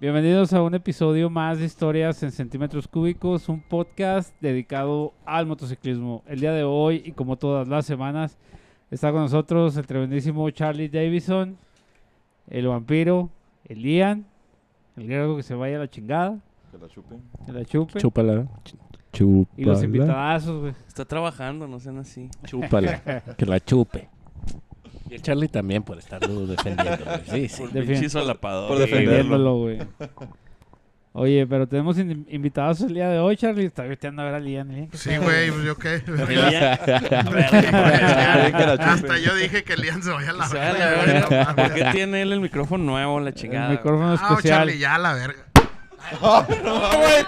Bienvenidos a un episodio más de Historias en Centímetros Cúbicos, un podcast dedicado al motociclismo. El día de hoy, y como todas las semanas, está con nosotros el tremendísimo Charlie Davison, el vampiro, el Ian, el griego que se vaya a la chingada, Que la chupen. que la chupe, Chúpala. Chúpala. y los invitadazos, güey. Está trabajando, no sean así. Chúpala. que la chupe. Y el Charlie también por estarlo defendiendo. güey. Sí, sí. Por Defi- pinche solapador. por güey. defenderlo. defendiéndolo, güey. Oye, pero tenemos in- invitados el día de hoy, Charlie. Está volteando a ver al Ian. Ian, ¿qué Sí, pedo, güey, pues yo qué. El verga. día- A ver, güey, Quieren que la Hasta chupen. yo dije que el Ian se vaya a la se va a la verga. güey, no verga. ¿Por mames. qué tiene él el micrófono nuevo, la El chingada? micrófono Ah, oh, especial. Charlie, ya a la verga.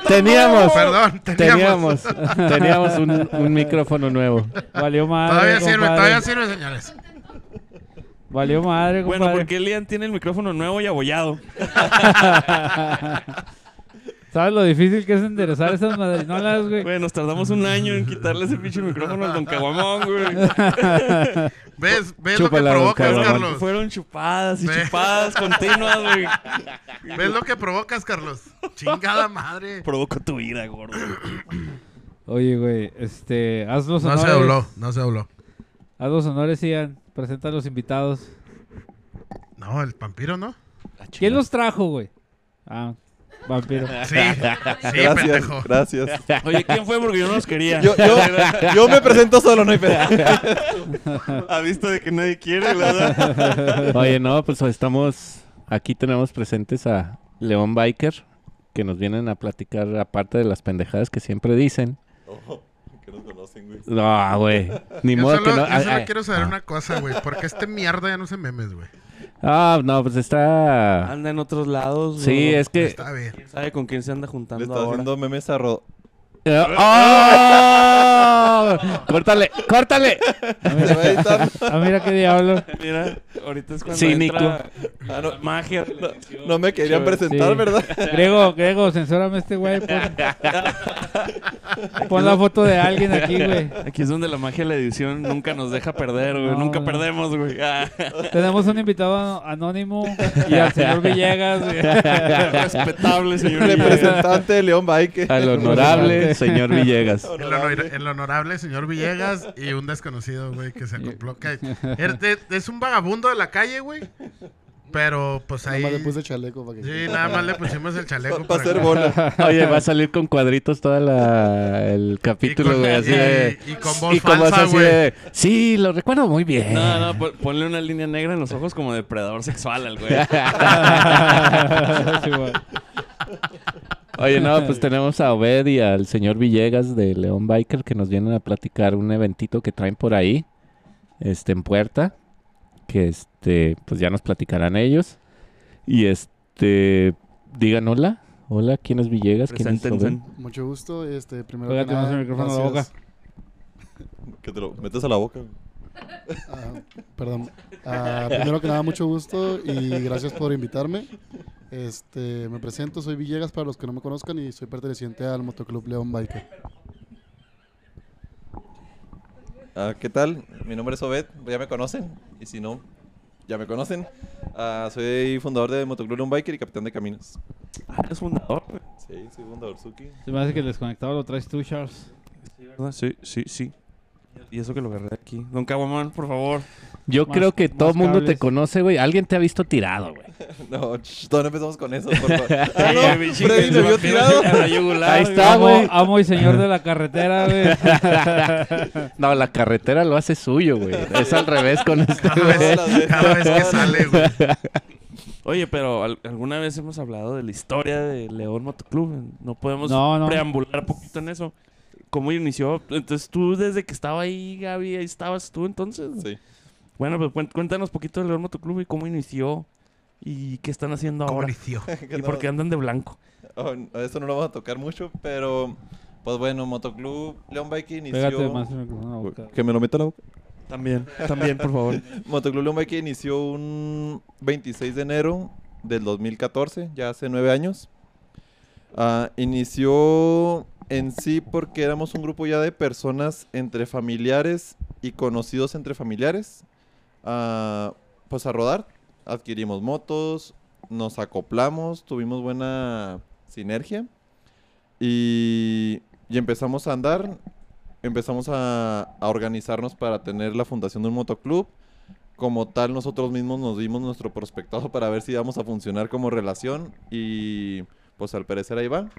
Teníamos. Perdón, teníamos. Teníamos. Teníamos un, un micrófono nuevo. Valió madre. Todavía sirve, compadre. todavía sirve, señores. Valió madre, compadre. Bueno, porque Elian tiene el micrófono nuevo y abollado. ¿Sabes lo difícil que es enderezar esas madrinolas, güey? Güey, nos tardamos un año en quitarle ese pinche micrófono al Don Caguamón, güey. ¿Ves, ves lo que Chúpala, don provocas, cabrón. Carlos? Fueron chupadas y Ve. chupadas continuas, güey. ¿Ves lo que provocas, Carlos? Chingada madre. Provoca tu vida, gordo. Oye, güey, este, haz los No honores. se dobló, no se dobló. Haz los honores, Ian. Presenta a los invitados. No, el vampiro, ¿no? ¿Quién los trajo, güey? Ah, vampiro. Sí, sí, Gracias, pendejo. gracias. Oye, ¿quién fue? Porque yo no los quería. Yo, yo, yo me presento solo, no hay pedo. A vista de que nadie quiere, la verdad. Oye, no, pues estamos. Aquí tenemos presentes a León Biker, que nos vienen a platicar, aparte de las pendejadas que siempre dicen. Oh, Que nos conocen, güey. No, güey. Ni Yo modo solo, que no. yo ah, solo ah, quiero saber ah. una cosa, güey. Porque este mierda ya no se memes, güey. Ah, no, pues está. Anda en otros lados, Sí, güey. es que. Ah, Está bien. ¿Sabe con quién se anda Le juntando está ahora? haciendo memes a Ro... Eh, ¡Oh! ¡Córtale! ¡Córtale! Ah, Se mira, va a editar. ah, mira qué diablo. Mira, ahorita es cuando Cínico. entra Ah, la magia. no, no me querían presentar, Sí. ¿verdad? Grego, Grego, censórame a este güey. Pon, Pon la foto de alguien aquí, güey. Aquí es donde la magia de la edición nunca nos deja perder, güey. No, nunca no. perdemos, güey. Ah, Tenemos un invitado ano- anónimo y al señor Villegas, güey. Respetable, señor. Villegas. Representante de León Bike. Al honorable señor Villegas. El, honor- el honorable señor Villegas y un desconocido, güey, que se acopló. que- er- de- es un vagabundo de la calle, güey. Pero pues ahí. Nomás le puse chaleco para que. Sí, nada más le pusimos el chaleco Para hacer que- bola. Oye, va a salir con cuadritos todo el y capítulo, con- güey. Así y- de. y con voz y con voz falsa, así güey. de, Sí, lo recuerdo muy bien. No, no, pon- ponle una línea negra en los ojos como depredador sexual al güey. Sí, güey. Oye, no, pues tenemos a Obed y al señor Villegas de León Biker que nos vienen a platicar un eventito que traen por ahí, este, en Puerta, que este, pues ya nos platicarán ellos. Y este, digan hola, hola, ¿quién es Villegas? ¿Quién es Obed? Preséntense. Mucho gusto. Este, primero Oiga, que tenemos nada, el micrófono en la gracias. Que te lo metes a la boca. güey. Ah, perdón. Ah, primero que nada, mucho gusto y gracias por invitarme. Este, me presento, soy Villegas para los que no me conozcan y soy perteneciente al Motoclub León Biker. Ah, ¿Qué tal? Mi nombre es Obed, ya me conocen. Y si no, ya me conocen. Ah, soy fundador de Motoclub León Biker y capitán de caminos. Ah, es fundador, güey. Sí, soy fundador Suki. Se me hace que el desconectado lo traes tú, Charles. ¿Verdad? Sí, sí, sí. Y eso que lo agarré aquí. Don Caguamán, por favor. Yo Más- creo que más todo el mundo te cables. conoce, güey. Alguien te ha visto tirado, güey. No, ch, todavía no empezamos con eso, por favor. Ah, Eh, no, bichi, Freddy el me vio vampiro tirado. a la yugular, Ahí güey. está, amo, güey. amo y señor de la carretera, güey. No, la carretera lo hace suyo, güey. Es al revés con este, Cada güey. vez, cada vez que sale, güey. Oye, pero al- alguna vez hemos hablado de la historia de León Motoclub. No podemos No, no. preambular poquito en eso. ¿Cómo inició? Entonces tú desde que estaba ahí, Gaby, ahí estabas tú entonces. Sí. Bueno, pues cuen- cuéntanos poquito de León Motoclub y cómo inició y qué están haciendo ¿Cómo ahora. inició? Y por qué andan de blanco. Oh, no, esto no lo vamos a tocar mucho, pero pues bueno, Motoclub León Biker Pégate inició. más el micrófono a la boca. Que me lo meta la boca. También, también, por favor. Motoclub León Biker inició un 26 de enero del 2014, ya hace nueve años. Ah, inició en sí porque éramos un grupo ya de personas entre familiares y conocidos entre familiares. Ah, pues a rodar. Adquirimos motos, nos acoplamos, tuvimos buena sinergia y, y empezamos a andar, empezamos a, a organizarnos para tener la fundación de un motoclub. Como tal, nosotros mismos nos dimos nuestro prospectado para ver si íbamos a funcionar como relación y pues al parecer ahí va.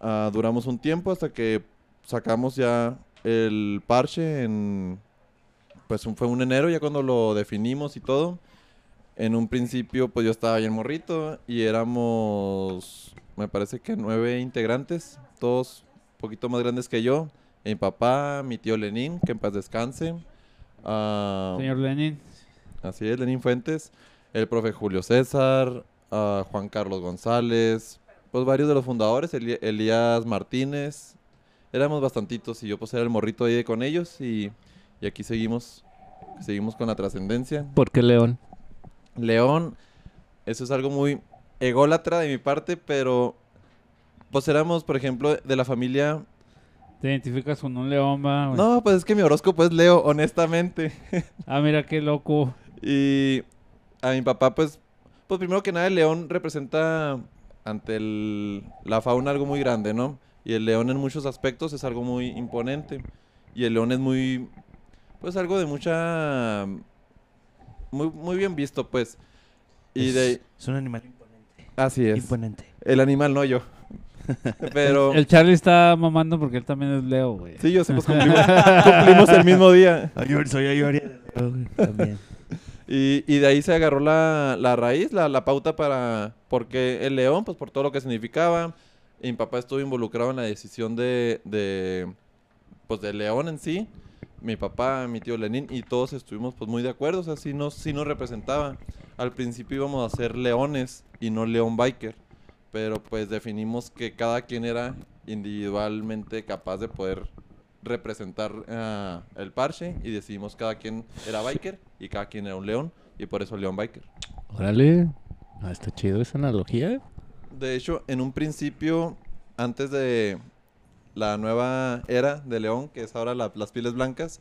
Ah, duramos un tiempo hasta que sacamos ya el parche en... Pues un- fue un enero ya cuando lo definimos y todo. En un principio pues yo estaba bien morrito y éramos, me parece que nueve integrantes, todos un poquito más grandes que yo. Mi papá, mi tío Lenín, que en paz descanse. ah, Señor Lenin. Así es, Lenín Fuentes, el profe Julio César, ah, Juan Carlos González, pues varios de los fundadores, Eli- Elías Martínez. Éramos bastantitos y yo pues era el morrito ahí de con ellos y, y aquí seguimos, seguimos con la trascendencia. ¿Por qué León? León, eso es algo muy ególatra de mi parte, pero pues éramos, por ejemplo, de la familia... Te identificas con un león, va, güey. No, pues es que mi horóscopo es Leo, honestamente. Ah, mira qué loco. Y a mi papá, pues, pues primero que nada, el león representa ante el- la fauna algo muy grande, ¿no? Y el león en muchos aspectos es algo muy imponente. Y el león es muy, pues algo de mucha, muy, muy bien visto, pues. Y de ahí- Es un animal imponente. así es. Imponente. El animal, no yo. Pero, El Charlie está mamando porque él también es Leo, güey. sí, yo sé, pues cumplimos, cumplimos el mismo día. Ayur, soy Ayuria. También. Y, y de ahí se agarró la, la raíz, la, la pauta para... Porque el león, pues por todo lo que significaba. Y mi papá estuvo involucrado en la decisión de... de pues del león en sí. Mi papá, mi tío Lenín y todos estuvimos pues muy de acuerdo. O sea, sí nos, sí nos representaba. Al principio íbamos a ser leones y no león biker. Pero pues definimos que cada quien era individualmente capaz de poder representar ah, el parche y decidimos cada quien era biker y cada quien era un león y por eso león biker. Órale. Ah, está chido esa analogía. De hecho, en un principio, antes de la nueva era de león, que es ahora la- las pieles blancas,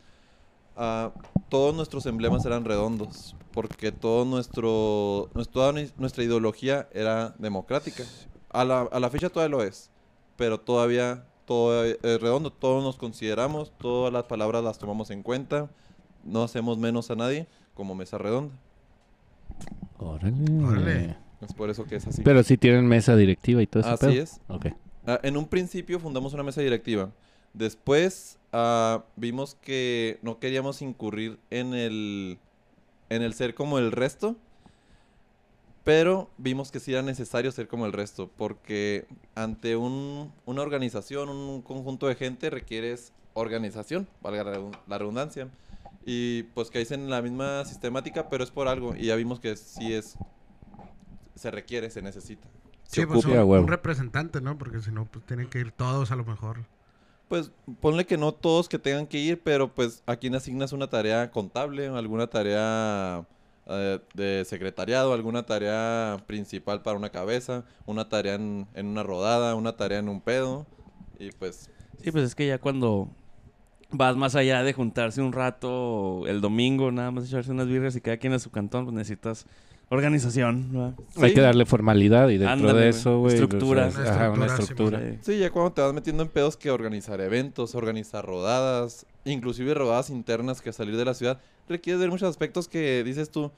ah, todos nuestros emblemas eran redondos porque todo nuestro, nues- toda ni- nuestra ideología era democrática. A la, a la fecha todavía lo es, pero todavía todo es redondo, todos nos consideramos, todas las palabras las tomamos en cuenta, no hacemos menos a nadie como mesa redonda. Órale. Órale. Es por eso que es así. Pero sí tienen mesa directiva y todo eso. así es. Ok. Ah, en un principio fundamos una mesa directiva. Después ah, vimos que no queríamos incurrir en el, en el ser como el resto. Pero vimos que sí era necesario ser como el resto. Porque ante un- una organización, un conjunto de gente, requieres organización, valga la redun- la redundancia. Y pues caes en la misma sistemática, pero es por algo. Y ya vimos que sí es. Se requiere, se necesita. Sí, se pues un, ocupa. a huevo. un representante, ¿no? Porque si no, pues tienen que ir todos a lo mejor. Pues ponle que no todos que tengan que ir, pero pues a quién asignas una tarea contable, alguna tarea eh, de secretariado, alguna tarea principal para una cabeza, una tarea en, en una rodada, una tarea en un pedo. Y pues Sí, pues es que ya cuando vas más allá de juntarse un rato el domingo, nada más echarse unas birras y cada quien a su cantón, pues necesitas organización. ¿verdad? Hay Sí. que darle formalidad y dentro Ándale, de güey. eso, güey. los- Estructura. los- Ajá, una Una estructura, estructura. Sí. sí, ya cuando te vas metiendo en pedos que organizar eventos, organizar rodadas, inclusive rodadas internas que salir de la ciudad, requiere ver muchos aspectos que dices tú,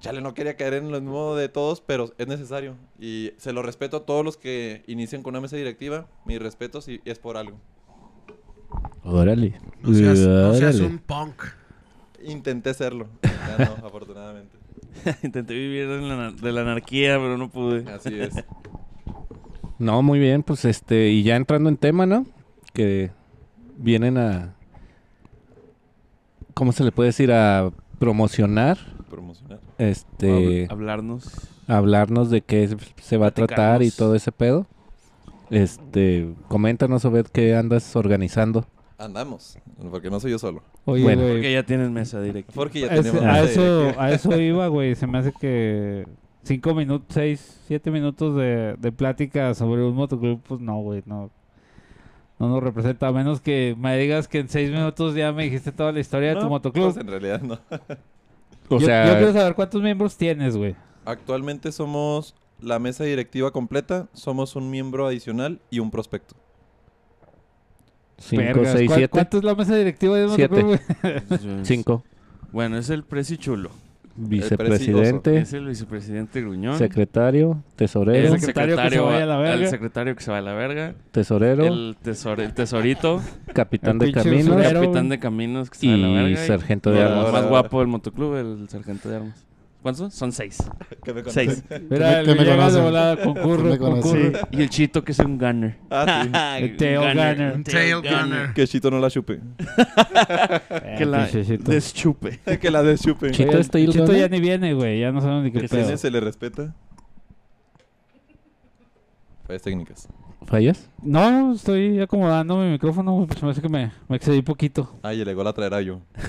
chale, no quería caer en lo mismo de todos, pero es necesario. Y se lo respeto a todos los que inician con una mesa directiva, mis respetos y es por algo. Órale. No seas, no seas Órale. un punk. Intenté serlo, ya no, afortunadamente. Intenté vivir en la anar- de la anarquía, pero no pude. Así es. No, muy bien, pues este, y ya entrando en tema, ¿no? Que vienen a, ¿cómo se le puede decir? A promocionar, Promocionar. este, Hab- Hablarnos. hablarnos de qué se- se va a tratar y Platicarnos. todo ese pedo. Este, coméntanos, Obed, qué andas organizando. Andamos, porque no soy yo solo. Oye, Bueno. güey. Porque ya tienen mesa directa. Porque ya Es- tenemos... a, mesa eso, directiva. a eso iba, güey. Se me hace que 5 minutos, 6, 7 minutos de, de plática sobre un motoclub, pues no, güey, no. No nos representa, a menos que me digas que en 6 minutos ya me dijiste toda la historia de No, tu pues motoclub. en realidad no. O yo, sea, yo quiero saber cuántos miembros tienes, güey. Actualmente somos la mesa directiva completa, somos un miembro adicional y un prospecto. 5, Vergas, 6, ¿cuá- 7. ¿Cuánto es la mesa directiva de Siete. Motoclub, güey? 5. Bueno, es el preci chulo. Vicepresidente, Es el vicepresidente Gruñón. secretario, El tesorero, el secretario que se vaya a la verga. El secretario que se va a la verga. tesorero, El, tesor- el tesorito. capitán el de pinche caminos usurero. Pero- capitán de caminos que se va a la verga. y y- sargento de y el Ahora, armas. más ahora. guapo del motoclub, el sargento de armas. ¿Cuántos son? Son seis. Que me Seis. Mira, que el me Villegas de conoce. volada, concurro, Que me conoce. concurro. Y el chito que es un gunner. Ah, sí. El tail gunner. Un tail gunner. Que Chito no la chupe. Ah, Que la deschupe. que la deschupe. Chito Oye, es tail Chito gunner. ya ni viene, güey. Ya no sabemos ni qué Que pedo. tiene, se le respeta. Fallas técnicas. ¿Fallas? No, estoy acomodando mi micrófono, güey. Pues se me hace que me, me excedí poquito. Ay, y llegó la traerá yo. es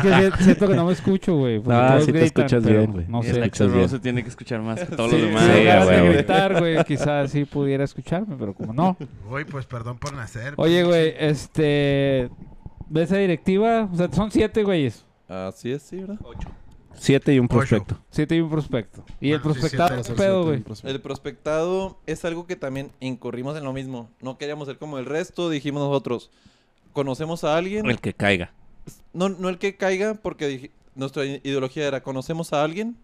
que si- siento que no me escucho, güey. porque No, todos Ah, sí te gritan, escuchas pero bien, güey. No Y sé. el Escuchas Axel bien. Rose se tiene que escuchar más que todos Sí, los sí, demás. sí, me a ganas de huevo. gritar, güey. Quizás sí pudiera escucharme, pero como no. Güey, pues perdón por nacer. Oye, güey, este... ¿Ves esa directiva? O sea, son siete güeyes. Así es, sí, ¿verdad? 7 y un Ocho. prospecto. Siete y un prospecto. Y el Bueno, sí, prospectado, Para ¿qué ser pedo, siete, güey? un prospecto. El prospectado es algo que también incurrimos en lo mismo. No queríamos ser como el resto, dijimos nosotros. Conocemos a alguien. El que caiga. No, no el que caiga, porque dij- nuestra i- ideología era conocemos a alguien,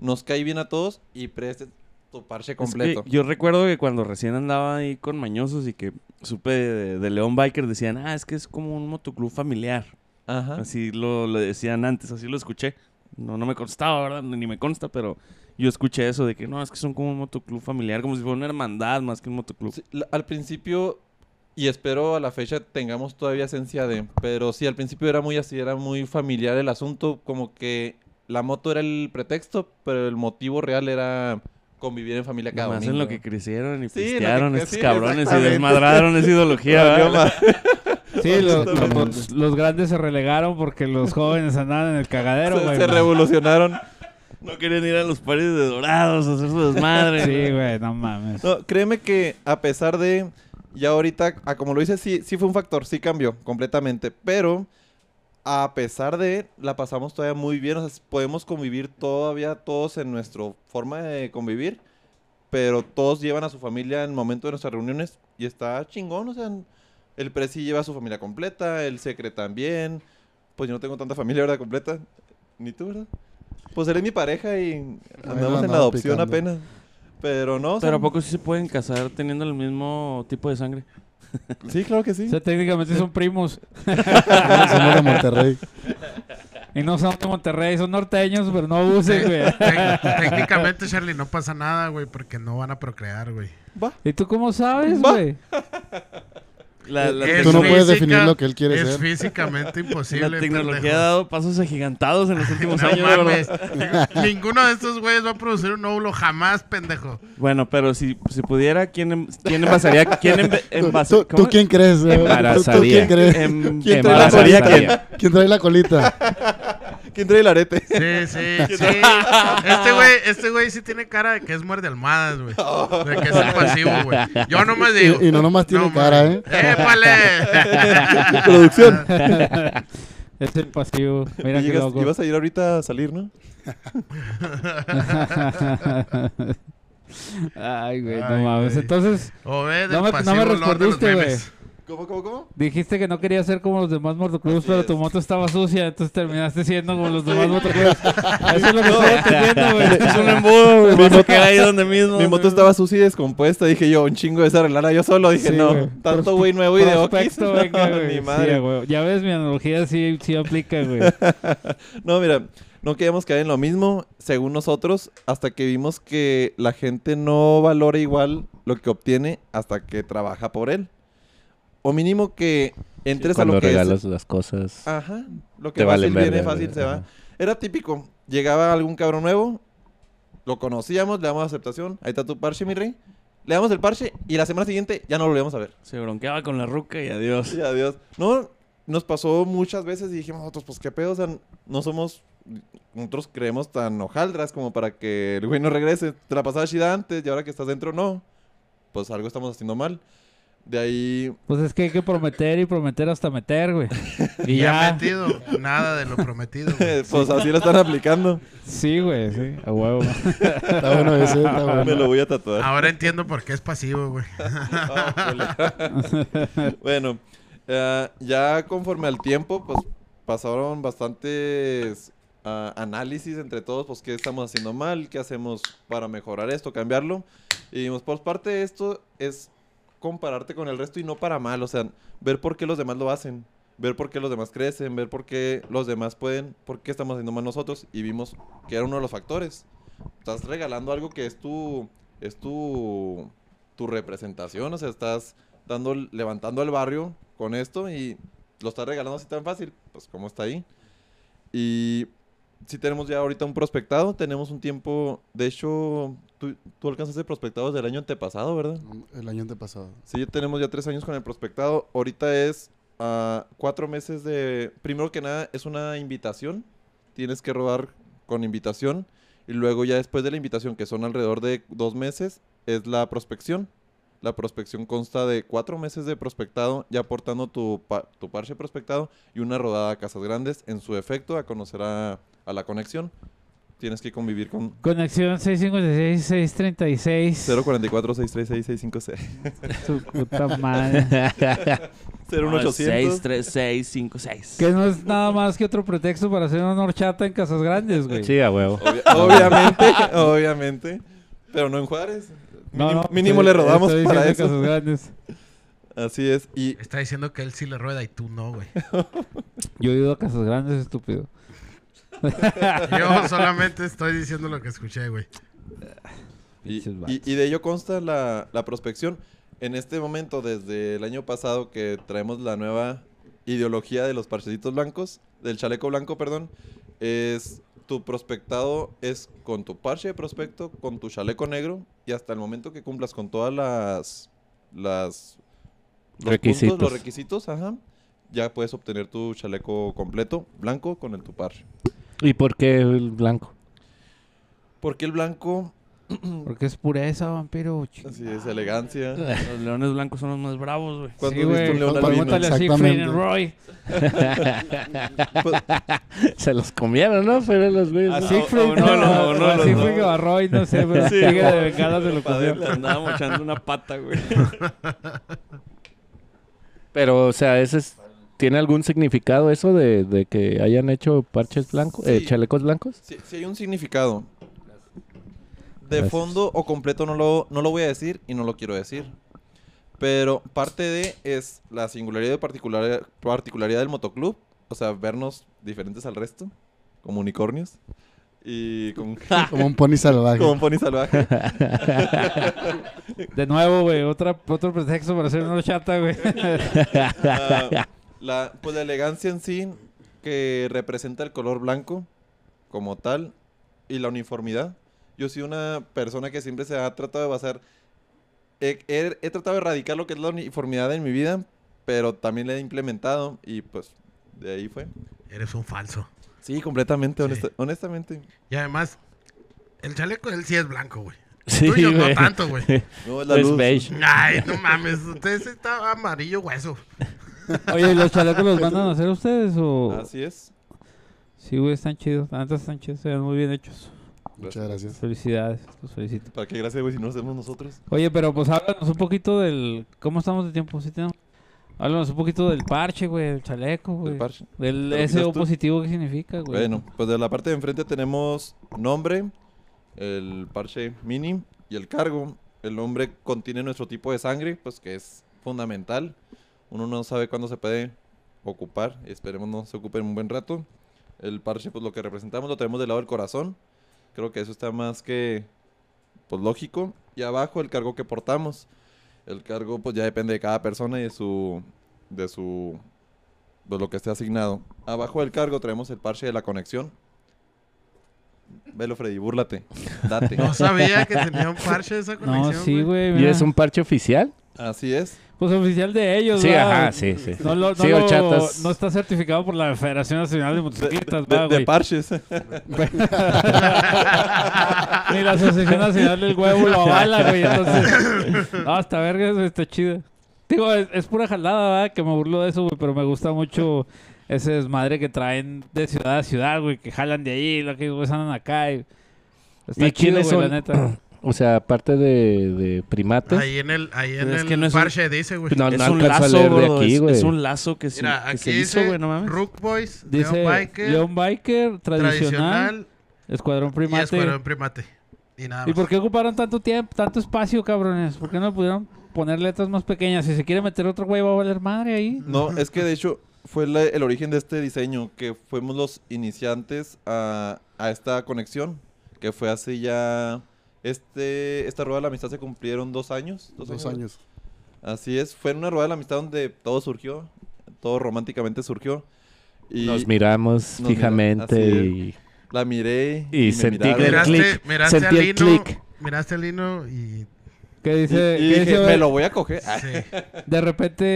nos cae bien a todos y preste tu parche Es que completo. yo recuerdo que cuando recién andaba ahí con mañosos y que supe de, de León Biker, decían, ah, es que es como un motoclub familiar. Ajá. Así lo, lo decían antes, así lo escuché. No, no me constaba, ¿verdad? Ni me consta, pero yo escuché eso de que no, es que son como un motoclub familiar, como si fuera una hermandad más que un motoclub. Sí, la- al principio, y espero a la fecha tengamos todavía esencia de, pero sí, al principio era muy así, era muy familiar el asunto, como que la moto era el pretexto, pero el motivo real era convivir en familia cada Nomás domingo. en lo que crecieron y Sí, en lo que pistearon cre- estos sí, cabrones y exactamente. desmadraron esa ideología, Valió ¿verdad? ma- Sí, lo- Exactamente. los, los grandes se relegaron porque los jóvenes andaban en el cagadero, se, güey. se revolucionaron. No querían ir a los pares de dorados a hacer su desmadre. Sí, güey, no mames. No, créeme que a pesar de ya ahorita, a como lo dices, sí, sí fue un factor, sí cambió completamente, pero a pesar de la pasamos todavía muy bien, o sea, podemos convivir todavía todos en nuestra forma de convivir, pero todos llevan a su familia en el momento de nuestras reuniones y está chingón, o sea, el presi lleva a su familia completa, el secre también, pues yo no tengo tanta familia, ¿verdad? Completa, ni tú, ¿verdad? Pues él es mi pareja y andamos en andaba la adopción picando. apenas. Pero no, o sea, Pero ¿a poco sí se pueden casar teniendo el mismo tipo de sangre? Sí, claro que sí. O sea, técnicamente son primos. Somos de Monterrey. Y no son de Monterrey, son norteños, pero no abusen, güey. Tec- Técnicamente, Charlie, no pasa nada, güey, porque no van a procrear, güey. ¿Y tú cómo sabes, Va. güey? La, la Es Tú no tecno- puedes física, definir lo que él quiere Es ser. físicamente imposible. la tecnología ha pendejo. dado pasos agigantados en los últimos No años, mames. ¿verdad? Ninguno de estos güeyes va a producir un óvulo jamás, pendejo. Bueno, pero si, si pudiera, ¿quién, em- quién envasaría? ¿Quién em- envasa- ¿Tú, tú cómo? quién crees? eh? ¿Tú, tú Embarazaría. quién crees? Em- ¿Quién trae la Embarazaría colita? ¿Quién? ¿Quién trae la colita? ¿Quién trae el arete? Sí, sí, sí. Este güey, este güey sí tiene cara de que es muerde almohadas, güey. De que es impasivo, güey. Yo nomás digo. Y, y no nomás tiene no cara, mames. ¿eh? ¡Épale! Producción. Es el pasivo. Mira qué Llegas- loco. ibas a ir ahorita a salir, ¿no? Ay, güey, no Ay, mames. güey. Entonces, O ve, del No me- no me pasivo lord de los respondiste, güey. memes. ¿Cómo, cómo, cómo? dijiste que no querías ser como los demás motoclubs, Así pero es. tu moto estaba sucia, entonces terminaste siendo como los demás motoclubs. Eso es lo que estoy entendiendo, güey. Es un embudo, güey. Vas a quedar ahí donde mismo. Mi moto estaba sucia y descompuesta. Dije yo, un chingo de esa arreglarla yo solo. Dije, Sí, no, güey. tanto güey nuevo y de Oquis. Prospecto, venga, No, güey. ni Sí, madre. güey. ya ves, mi analogía sí, sí aplica, güey. No, mira, no queríamos caer en lo mismo, según nosotros, hasta que vimos que la gente no valora igual lo que obtiene hasta que trabaja por él. O mínimo que entres a Cuando lo que es regalas las cosas. Ajá. Lo que Te fácil valen viene, verga, fácil güey, se va. ajá. Era típico. Llegaba algún cabrón nuevo, lo conocíamos, le damos aceptación. Ahí está tu parche, mi rey. Le damos el parche y la semana siguiente ya no lo volvíamos a ver. Se bronqueaba con la ruca y adiós. Y adiós. No, nos pasó muchas veces y dijimos nosotros, pues qué pedo, o sea, no somos. Nosotros creemos tan hojaldras como para que el güey no regrese. Te la pasaba chida antes y ahora que estás dentro, no. Pues algo estamos haciendo mal. De ahí, Pues es que hay que prometer y prometer hasta meter, güey. Y Ya ya. metido, nada de lo prometido. güey. pues así lo están aplicando. Sí, güey, sí. A huevo. Está bueno ese, está Me bueno. lo voy a tatuar. Ahora entiendo por qué es pasivo, güey. bueno, eh, ya conforme al tiempo, pues pasaron bastantes ah, análisis entre todos, pues qué estamos haciendo mal, qué hacemos para mejorar esto, cambiarlo. Y dijimos, por parte de esto es compararte con el resto y no para mal, o sea, ver por qué los demás lo hacen, ver por qué los demás crecen, ver por qué los demás pueden, por qué estamos haciendo mal nosotros y vimos que era uno de los factores. Estás regalando algo que es tu es tu tu representación, o sea, estás dando, levantando al barrio con esto y lo está regalando así tan fácil, pues como está ahí. Y si tenemos ya ahorita un prospectado, tenemos un tiempo, de hecho, tú, tú alcanzaste prospectados del año antepasado, ¿verdad? El año antepasado. Sí, ya tenemos ya tres años con el prospectado, ahorita es ah, cuatro meses de, primero que nada, es una invitación, tienes que rodar con invitación y luego ya después de la invitación, que son alrededor de dos meses, es la prospección. La prospección consta de cuatro meses de prospectado, ya aportando tu, pa- tu parche prospectado y una rodada a Casas Grandes en su efecto a conocer a, a la conexión. Tienes que convivir con Conexión 656-636. 044-636-656. Su puta madre. 01800. 63656. Que no es nada más que otro pretexto para hacer una horchata en Casas Grandes, güey. Sí, a huevo. Obvia- obviamente, obviamente. Pero no en Juárez. No, mínimo no, mínimo estoy- le rodamos estoy para diciendo eso. Casas Grandes. Así es. Y Está diciendo que él sí le rueda y tú no, güey. Yo he ido a Casas Grandes, estúpido. Yo solamente estoy diciendo lo que escuché, güey. Y, Pinches y- vatos. y de ello consta la, la prospección. En este momento, desde el año pasado que traemos la nueva ideología de los parchecitos blancos, del chaleco blanco, perdón, es tu prospectado es con tu parche de prospecto, con tu chaleco negro y hasta el momento que cumplas con todas las las los Requisitos. los requisitos, ajá, ya puedes obtener tu chaleco completo blanco con el tu parche. ¿Y por qué el blanco? Porque el blanco Porque es pureza, vampiro. chingada. así es elegancia. Los leones blancos son los más bravos, güey. Cuando Sí, güey. un león Cuando- albino? Pregúntale a Siegfried and Exactamente. Roy. Pues, Se los comieron, ¿no? Fueron los güeyes. A ¿no? Siegfried, Ah, o no, no, no, a no, Siegfried no. o a Roy, no sé, pero Sí, Tigre de o- Bengala se lo pa' comió. verla. Le andábamos echando una pata, güey. Pero, o sea, ese es- ¿Tiene algún significado eso de, de que hayan hecho parches blancos, eh, Sí. chalecos blancos? Sí, sí hay un significado. De Gracias. fondo o completo no lo, no lo voy a decir y no lo quiero decir. Pero parte de es la singularidad y particular, particularidad del motoclub. O sea, vernos diferentes al resto. Como unicornios. Y con, Como un pony salvaje. como un pony salvaje. De nuevo, güey, otra, otro pretexto para hacer una horchata, güey. Ah, la, pues la elegancia en sí que representa el color blanco como tal y la uniformidad. Yo soy una persona que siempre se ha tratado de basar. He, he- he tratado de erradicar lo que es la uniformidad en mi vida, pero también la he implementado y pues de ahí fue. Eres un falso. Sí, completamente, Sí. honesta- honestamente. Y además, el chaleco de él sí es blanco, güey. Sí, Tuyo no tanto, güey. No, es la Pues Es luz. beige. Ay, no mames. Usted sí está amarillo hueso. Oye, ¿y los chalecos los mandan a hacer ustedes o...? Así es. Sí, güey, están chidos. La neta están chidos, se ven muy bien hechos. Muchas gracias. Felicidades, los felicito. ¿Para qué gracias, güey, si no lo hacemos nosotros? Oye, pero pues háblanos un poquito del... ¿Cómo estamos de tiempo? ¿Sí tenemos? Háblanos un poquito del parche, güey, del chaleco, del güey. parche. Del ¿Te lo SO quitas tú? positivo, ¿qué significa, güey? Bueno, pues de la parte de enfrente tenemos nombre, el parche mini y el cargo. El nombre contiene nuestro tipo de sangre, pues que es fundamental. Uno no sabe cuándo se puede ocupar. Esperemos no se ocupe en un buen rato. El parche, pues lo que representamos lo tenemos del lado del corazón. Creo que eso está más que pues, lógico. Y abajo el cargo que portamos. El cargo pues ya depende de cada persona y de su de su de lo que esté asignado. Abajo del cargo traemos el parche de la conexión. Velo Freddy, búrlate. Date. No sabía que tenía un parche de esa No, conexión. sí, güey. ¿Y mira. es un parche oficial? Así es. Pues oficial de ellos, Sí, ¿verdad? ajá, sí, sí. No, lo- no, Sí, lo- horchatas. no está certificado por la Federación Nacional de Motocicletas, De, ¿verdad, de Pues güey. parches. Ni la Asociación Nacional del Huevo lo avala, güey. Entonces, no, hasta verga, eso está chido. Digo, es, es pura jalada, ¿verdad? Que me burlo de eso, güey, pero me gusta mucho ese desmadre que traen de ciudad a ciudad, güey, que jalan de ahí, lo que güeyes andan acá. Y... Está chido, ¿Y quiénes güey, la son? neta. O sea, aparte de, de primates. Ahí en el, ahí en Pero es el que no es un- parche dice, güey. No, es no un alcanzo a lazo, leer de bro, aquí, es, güey. es un lazo que se, Mira, que aquí se dice hizo, güey, no mames. Rook Boys, Leon Dice Biker, León Biker, tradicional, tradicional escuadrón y primate. Escuadrón Primate. Y nada ¿Y más. por qué ocuparon tanto tiempo, tanto espacio, cabrones? ¿Por qué no pudieron poner letras más pequeñas? Si se quiere meter otro güey, va a valer madre ahí. No, es que de hecho fue la- el origen de este diseño, que fuimos los iniciantes a, a esta conexión, que fue hace ya... Este, esta rueda de la amistad se cumplieron dos años. Dos, Dos años. años. Así es, fue en una rueda de la amistad donde todo surgió, todo románticamente surgió. Y Nos miramos Nos fijamente mira- y... la miré. Y sentí que miraron. el Miraste, click, miraste sentí al el Lino, click. miraste al Lino y... ¿Qué Y, dice? y qué dije, dice, me güey? lo voy a coger. Ah, Sí. De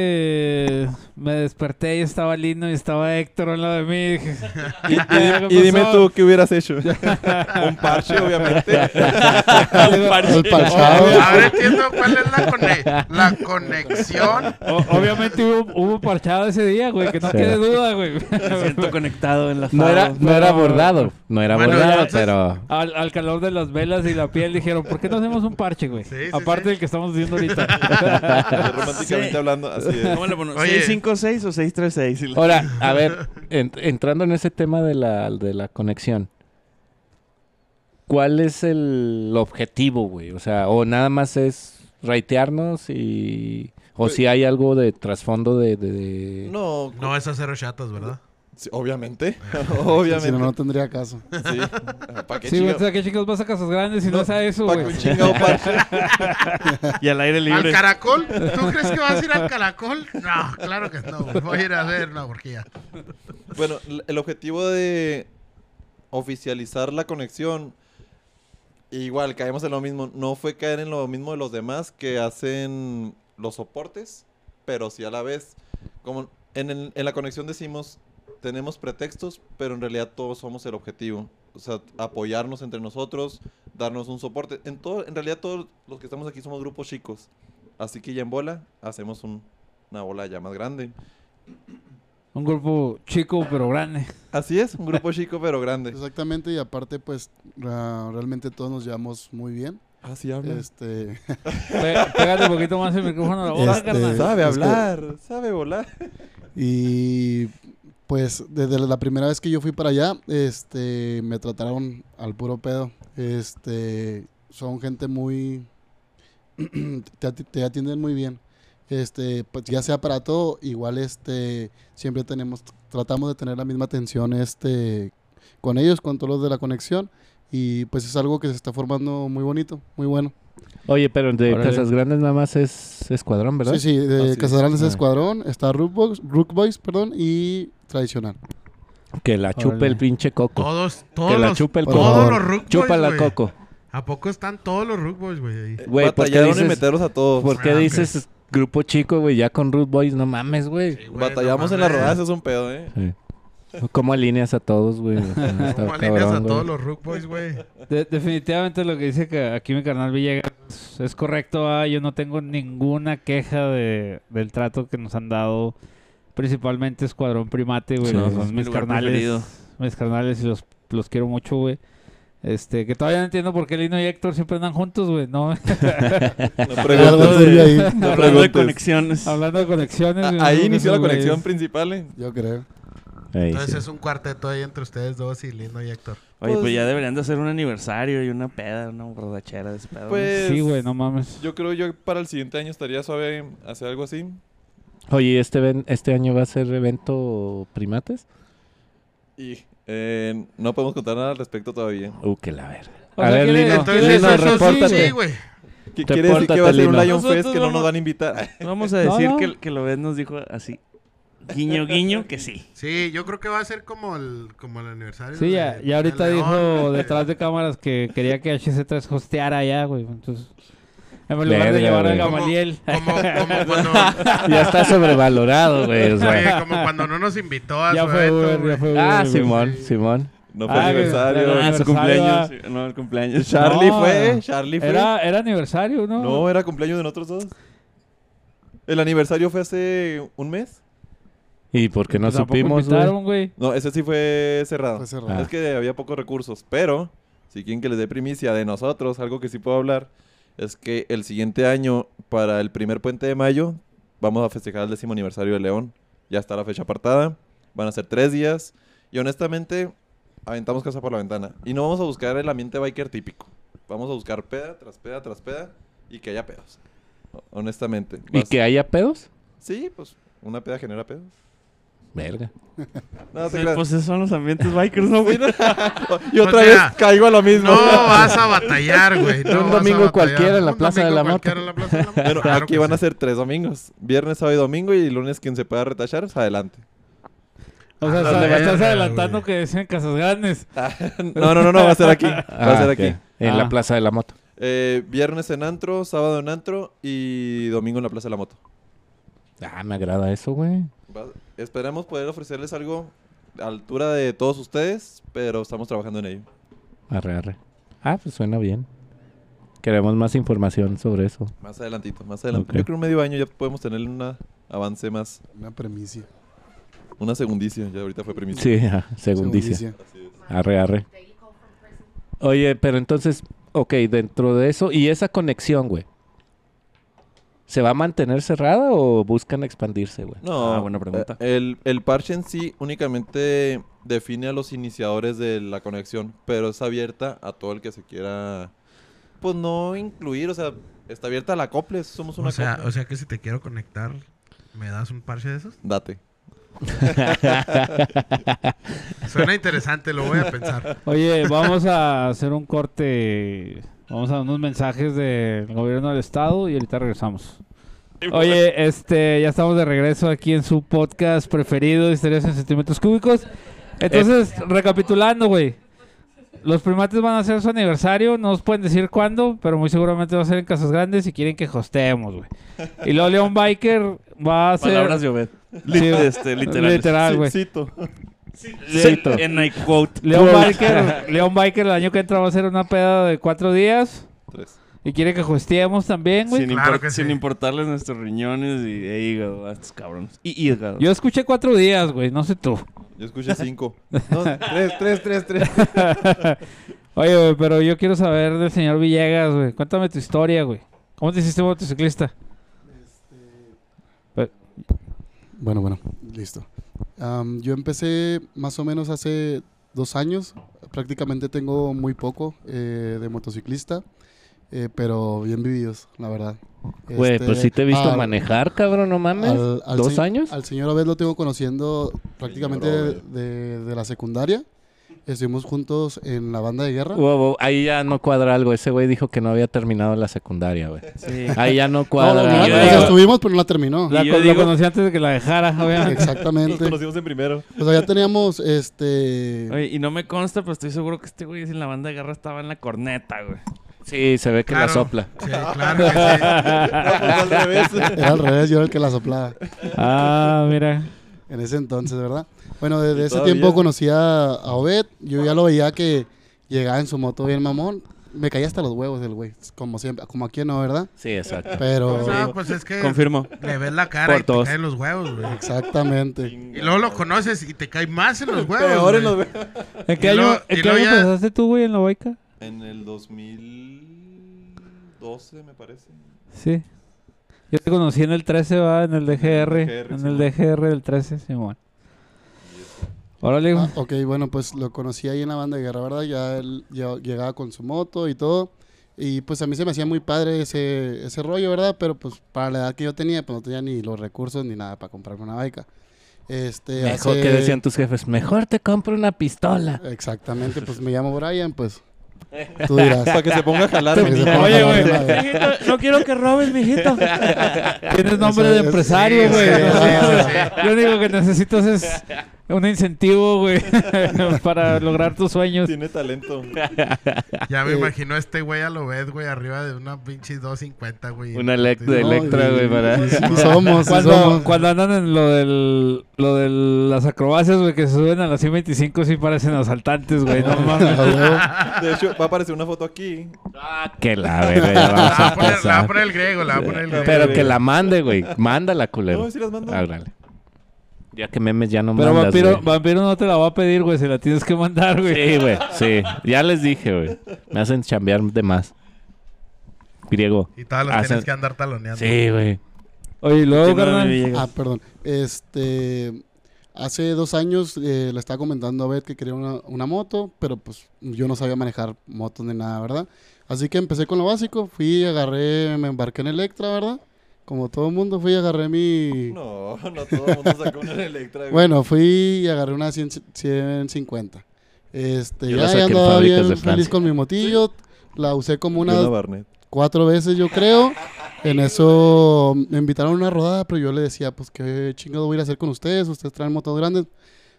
repente me desperté y estaba Lino y estaba Héctor al lado de mí. Y dije, y, ¿qué y- y dime pasó? tú, ¿qué hubieras hecho? Un parche, obviamente. Digo, El Ah, parchado. Ahora entiendo cuál es la, cone- la conexión. o- obviamente hubo, hubo parchado ese día, güey, que no Sí. tiene duda, güey. Me siento conectado en la No fama. era, no era bordado. No era Bueno, bordado, entonces- pero... Al, al calor de las velas y la piel dijeron, ¿por qué no hacemos un parche, güey? Sí, sí, Aparte sí. del que estamos diciendo ahorita. románticamente Sí. hablando, así es. ¿Cómo le ponemos? Oye. 656 o 636. Y la- Ahora, a ver, en- entrando en ese tema de la, de la conexión. ¿Cuál es el objetivo, güey? O sea, o nada más es raitearnos y... O Pues- si hay algo de trasfondo de... de- de- No, No es hacer chatas, ¿verdad? sí, obviamente. Si no, no obviamente. tendría caso. Sí. ¿Para qué Sí, güey, chinga- o sea, ¿qué chicos vas a casas grandes si no, No, es a eso, pa' güey? qué un chingado parche? Y al aire ¿Al libre. caracol? ¿Tú crees que vas a ir al caracol? No, claro que no. güey. Voy a ir a ver una orgía. Bueno, l- el objetivo de oficializar la conexión, igual caemos en lo mismo. No fue caer en lo mismo de los demás que hacen los soportes, pero sí a la vez. Como en, el- en la conexión decimos, tenemos pretextos, pero en realidad todos somos el objetivo. O sea, apoyarnos entre nosotros, darnos un soporte. En, todo, en realidad todos los que estamos aquí somos grupos chicos. Así que ya en bola hacemos un- una bola ya más grande. Un grupo chico pero grande. Así es, un grupo chico pero grande. Exactamente, y aparte, pues, ra- realmente todos nos llevamos muy bien. Así Este, Pe- pégate un poquito más el micrófono a la boca, Este, carnal. Sabe Es que- hablar, sabe volar. Y pues desde la primera vez que yo fui para allá, este, me trataron al puro pedo. Este, son gente muy, te, ati- te atienden muy bien. Este, pues ya sea para todo, igual este, siempre tenemos, tratamos de tener la misma atención, este, con ellos, con todos los de la conexión. Y pues es algo que se está formando muy bonito, muy bueno. Oye, pero de Órale. Casas Grandes nada más es escuadrón, ¿verdad? Sí, sí, de Así Casagrandes es. Ah. Escuadrón, está Rook Boys, Rook Boys, perdón, y Tradicional. Que la chupe Órale. el pinche coco. Todos, todos que la los, chupe el por coco. todos favor. los Rook Chupa la Boys, güey. coco. ¿A poco están todos los Rook Boys, güey? ahí? Güey, ¿por qué Batallaron en dices- meterlos a todos. ¿Por qué Ah, ok. dices grupo chico, güey? Ya con Root Boys, no mames, güey. Sí, güey, Batallamos no en las mames. rodadas, es un pedo, ¿eh? ¿Cómo alineas a todos, güey? O sea, está ¿Cómo alineas cabrón, a güey. todos los Rook Boys, güey? De- definitivamente lo que dice que aquí mi carnal Villegas es correcto. ah, Yo no tengo ninguna queja de, del trato que nos han dado, principalmente Escuadrón Primate, güey. Sí, los- es los- mi mis lugar carnales. preferido. Mis carnales y los, los quiero mucho, güey. Este, que todavía no entiendo por qué Lino y Héctor siempre andan juntos, güey. No, No Algo preguntes. turbio ahí, No Hablando de preguntes. conexiones. hablando de conexiones. güey, Ah, Ahí no, inició la güey, conexión es- principal, ¿eh? yo creo. Ey, Entonces sí. es un cuarteto ahí entre ustedes dos y Lino y Héctor. Oye, pues Pues- ya deberían de hacer un aniversario y una peda, una borrachera de ese pedo, ¿no? Pues- Sí, güey, no mames. Yo creo yo para el siguiente año estaría suave hacer algo así. Oye, ¿este, ven- ¿este año va a ser evento primates? Y eh, no podemos contar nada al respecto todavía. Uh, que la verga. O A sea, ver, ¿quiere- Lino, Entonces, Lino, eso es así, repórtate. sí, güey. ¿Qué Te quiere decir que pórtate, va a ser un Lino. Lion Nosotros Fest que no vamos- nos van a invitar? Vamos a decir no. Que, que lo ves nos dijo así. Guiño, guiño, que sí. Sí, yo creo que va a ser como el, como el aniversario. Sí, de- ya, de ya ahorita León, dijo güey. detrás de cámaras que quería que HC3 hosteara allá, güey. Entonces, en lugar Verga, de llevar a güey. Gamaliel. Como, como cuando, Ya está sobrevalorado, güey. o sea. oye, como cuando no nos invitó a Ya su fue evento, Uber, güey. ya fue Uber. Ah, güey. Simón, Simón. No fue Ah, aniversario. no, no, Ah, no. su Aniversario, ah. cumpleaños. sí, No, el cumpleaños. Charlie No. fue, Charlie fue. Era, era aniversario, ¿no? No, era cumpleaños de nosotros dos. El aniversario fue hace un mes. ¿Y por qué no Pues tampoco supimos, güey? invitaron, güey. No, ese sí fue cerrado. Fue cerrado. Es que había pocos recursos, pero si quieren que les dé primicia de nosotros, algo que sí puedo hablar, es que el siguiente año, para el primer puente de mayo, vamos a festejar el décimo aniversario de León. Ya está la fecha apartada, van a ser tres días, y honestamente, aventamos casa por la ventana. Y no vamos a buscar el ambiente biker típico. Vamos a buscar peda tras peda tras peda y que haya pedos. Ho- Honestamente. ¿Y Pues Vas- que haya pedos? Sí, pues una peda genera pedos. Verga. No, te Sí, creas. pues esos son los ambientes bikers, ¿no, güey? y otra O sea, vez caigo a lo mismo. No vas a batallar, güey. no Un vas a domingo batallar. cualquiera en la Un Plaza de domingo la cualquiera en la Plaza de la Mota. Bueno, Claro aquí que van a sí. ser tres domingos. Viernes, sábado y domingo y lunes quien se pueda retachar, pues, adelante. O sea, A la sa- verga, estás adelantando güey. que decían Casas Grandes. No, no, no, no, va a ser aquí. Va a Ah, ser ok. aquí. En Ah. la plaza de la moto. Eh, viernes en antro, sábado en antro y domingo en la Plaza de la Moto. Ah, me agrada eso, güey. Va- Esperamos poder ofrecerles algo a altura de todos ustedes, pero estamos trabajando en ello. Arre, arre. Ah, pues suena bien. Queremos más información sobre eso. Más adelantito, más adelante. Ok. Yo creo un medio año ya podemos tener un avance más, Una premicia. una segundicia. Ya ahorita fue primicia. Sí, ah, según dice. Segundicia. Arre, arre. Oye, pero entonces, ok, dentro de eso, ¿y esa conexión, güey? ¿Se va a mantener cerrada o buscan expandirse, güey? No, Ah, buena pregunta. eh, El, el parche en sí únicamente define a los iniciadores de la conexión, pero es abierta a todo el que se quiera, pues no incluir, o sea, está abierta a la acople, somos una O sea, acople. o sea que si te quiero conectar, ¿me das un parche de esos? Date. Suena interesante, lo voy a pensar. Oye, vamos a hacer un corte. Vamos a unos mensajes del gobierno del estado y ahorita regresamos. Oye, este, ya estamos de regreso aquí en su podcast preferido, Historias en Centímetros Cúbicos. Entonces, Eh. recapitulando, güey. Los primates van a hacer su aniversario, no os pueden decir cuándo, pero muy seguramente va a ser en Casas Grandes y quieren que hosteemos, güey. Y luego León Biker va a ser... Palabras de Obed. Sí, Este, literales. literal, güey. Cito. Cito. En I quote. León Biker, León Biker el año que entra va a ser una peda de cuatro días. Tres. Y quiere que hosteemos también, güey. Sin, Claro import- que sí. sin importarles nuestros riñones y e hígado a estos cabrones. Y hígado. Yo escuché cuatro días, güey, no sé tú. Yo escuché cinco. No, tres, tres, tres, tres. Oye, güey, pero yo quiero saber del señor Villegas, güey. Cuéntame tu historia, güey. ¿Cómo te hiciste motociclista? Bueno, bueno, listo. Am, yo empecé más o menos hace dos años. Prácticamente tengo muy poco eh, de motociclista, eh, pero bien vividos, la verdad. Güey, Este, pues sí te he visto al- manejar, cabrón, no mames. al- al ¿Dos se- años? Al señor Abed lo tengo conociendo prácticamente de, Obed. de la secundaria. Estuvimos juntos en la banda de guerra. Wow, wow, ahí ya no cuadra algo. Ese güey dijo que no había terminado la secundaria, güey. Sí. Ahí ya no No, no, cuadra. no, yo o sea, digo- estuvimos, pero no la terminó. La yo co- Lo digo- conocí antes de que la dejara, obviamente. Nos Exactamente. conocimos en primero. O sea, ya teníamos este. Oye, y no me consta, pero estoy seguro que este güey en la banda de guerra estaba en la corneta, güey. Sí, se ve que Claro. la sopla. Sí, claro que pues, sí. Al revés. Era al revés, yo era el que la soplaba. Ah, mira. En ese entonces, ¿verdad? Bueno, desde Y ese todavía. tiempo conocía a Obed. Yo ya lo veía que llegaba en su moto bien mamón. Me caía hasta los huevos el güey, como siempre. Como aquí no, ¿verdad? Sí, exacto. Pero... No, pues es que Confirmo. le ves la cara Por y te dos. caen los huevos, güey. Exactamente. Y luego lo conoces y te cae más en los huevos. Peor en güey. los- ¿En Y qué año, luego- ¿en y qué luego año ya- empezaste tú, güey, en la boica? En el 2012, me parece. Sí. Yo te conocí en el 13, va, en el DGR. DGR, En el Simón. DGR del 13, Simón. Órale, güey. Ah, ok, bueno, pues lo conocí ahí en la banda de guerra, ¿verdad? Ya él ya llegaba con su moto y todo. Y pues a mí se me hacía muy padre ese, ese rollo, ¿verdad? Pero pues para la edad que yo tenía, pues no tenía ni los recursos ni nada para comprarme una bica. Este, Mejor hace- que decían tus jefes, mejor te compro una pistola. Exactamente, pues me llamo Brian, pues tú dirás. Para que se ponga a jalar. Para que se menino. ponga a Oye, jalar güey. de la verga. no quiero que robes, mijito. Tienes nombre Eso de es- empresario, sí, güey. sí, O sea, sí, Lo único que necesitas es un incentivo, güey, para lograr tus sueños. Tiene talento. Ya me Eh, imagino a este güey a lo ves, güey, arriba de una pinche 250, güey. Una elec- de No, Electra, y- güey, para... Sí somos, sí Cuando, somos. cuando andan en lo del, lo de las acrobacias, güey, que se suben a las 125, sí parecen asaltantes, güey, no mames. A huevo. De hecho, va a aparecer una foto aquí. Ah, que la verga, ya La vamos a va a poner- la va a empezar. poner el griego, la va a poner el griego. Pero que la mande, güey. Mándala, culero. No, sí las mando. Ah, órale. Ya que memes ya no Pero mandas, vampiro, güey. vampiro no te la va a pedir, güey, se la tienes que mandar, güey. Sí, güey. Sí. Ya les dije, güey. Me hacen chambear de más. Griego. Y todas las Hacen- tienes que andar taloneando. Ah, Sí, güey. Oye, y luego, Continúa, mi carnal, Villegas. Ah, perdón. Este, hace dos años eh, le estaba comentando a Beth que quería una, una moto, pero pues yo no sabía manejar motos ni nada, ¿verdad? Así que empecé con lo básico, fui, agarré, me embarqué en Electra, ¿verdad? Como todo el mundo, fui, agarré mi... No, no todo el mundo sacó una Electra. güey. Bueno, fui y agarré una 100 150. Este, Yo la ya, saqué ya en andaba fábricas de bien feliz Francia. con mi motillo, la usé como Y una unas Barnett. cuatro veces, yo creo. En eso me invitaron a una rodada, pero yo le decía, pues qué chingado voy a ir a hacer con ustedes, ustedes traen motos grandes.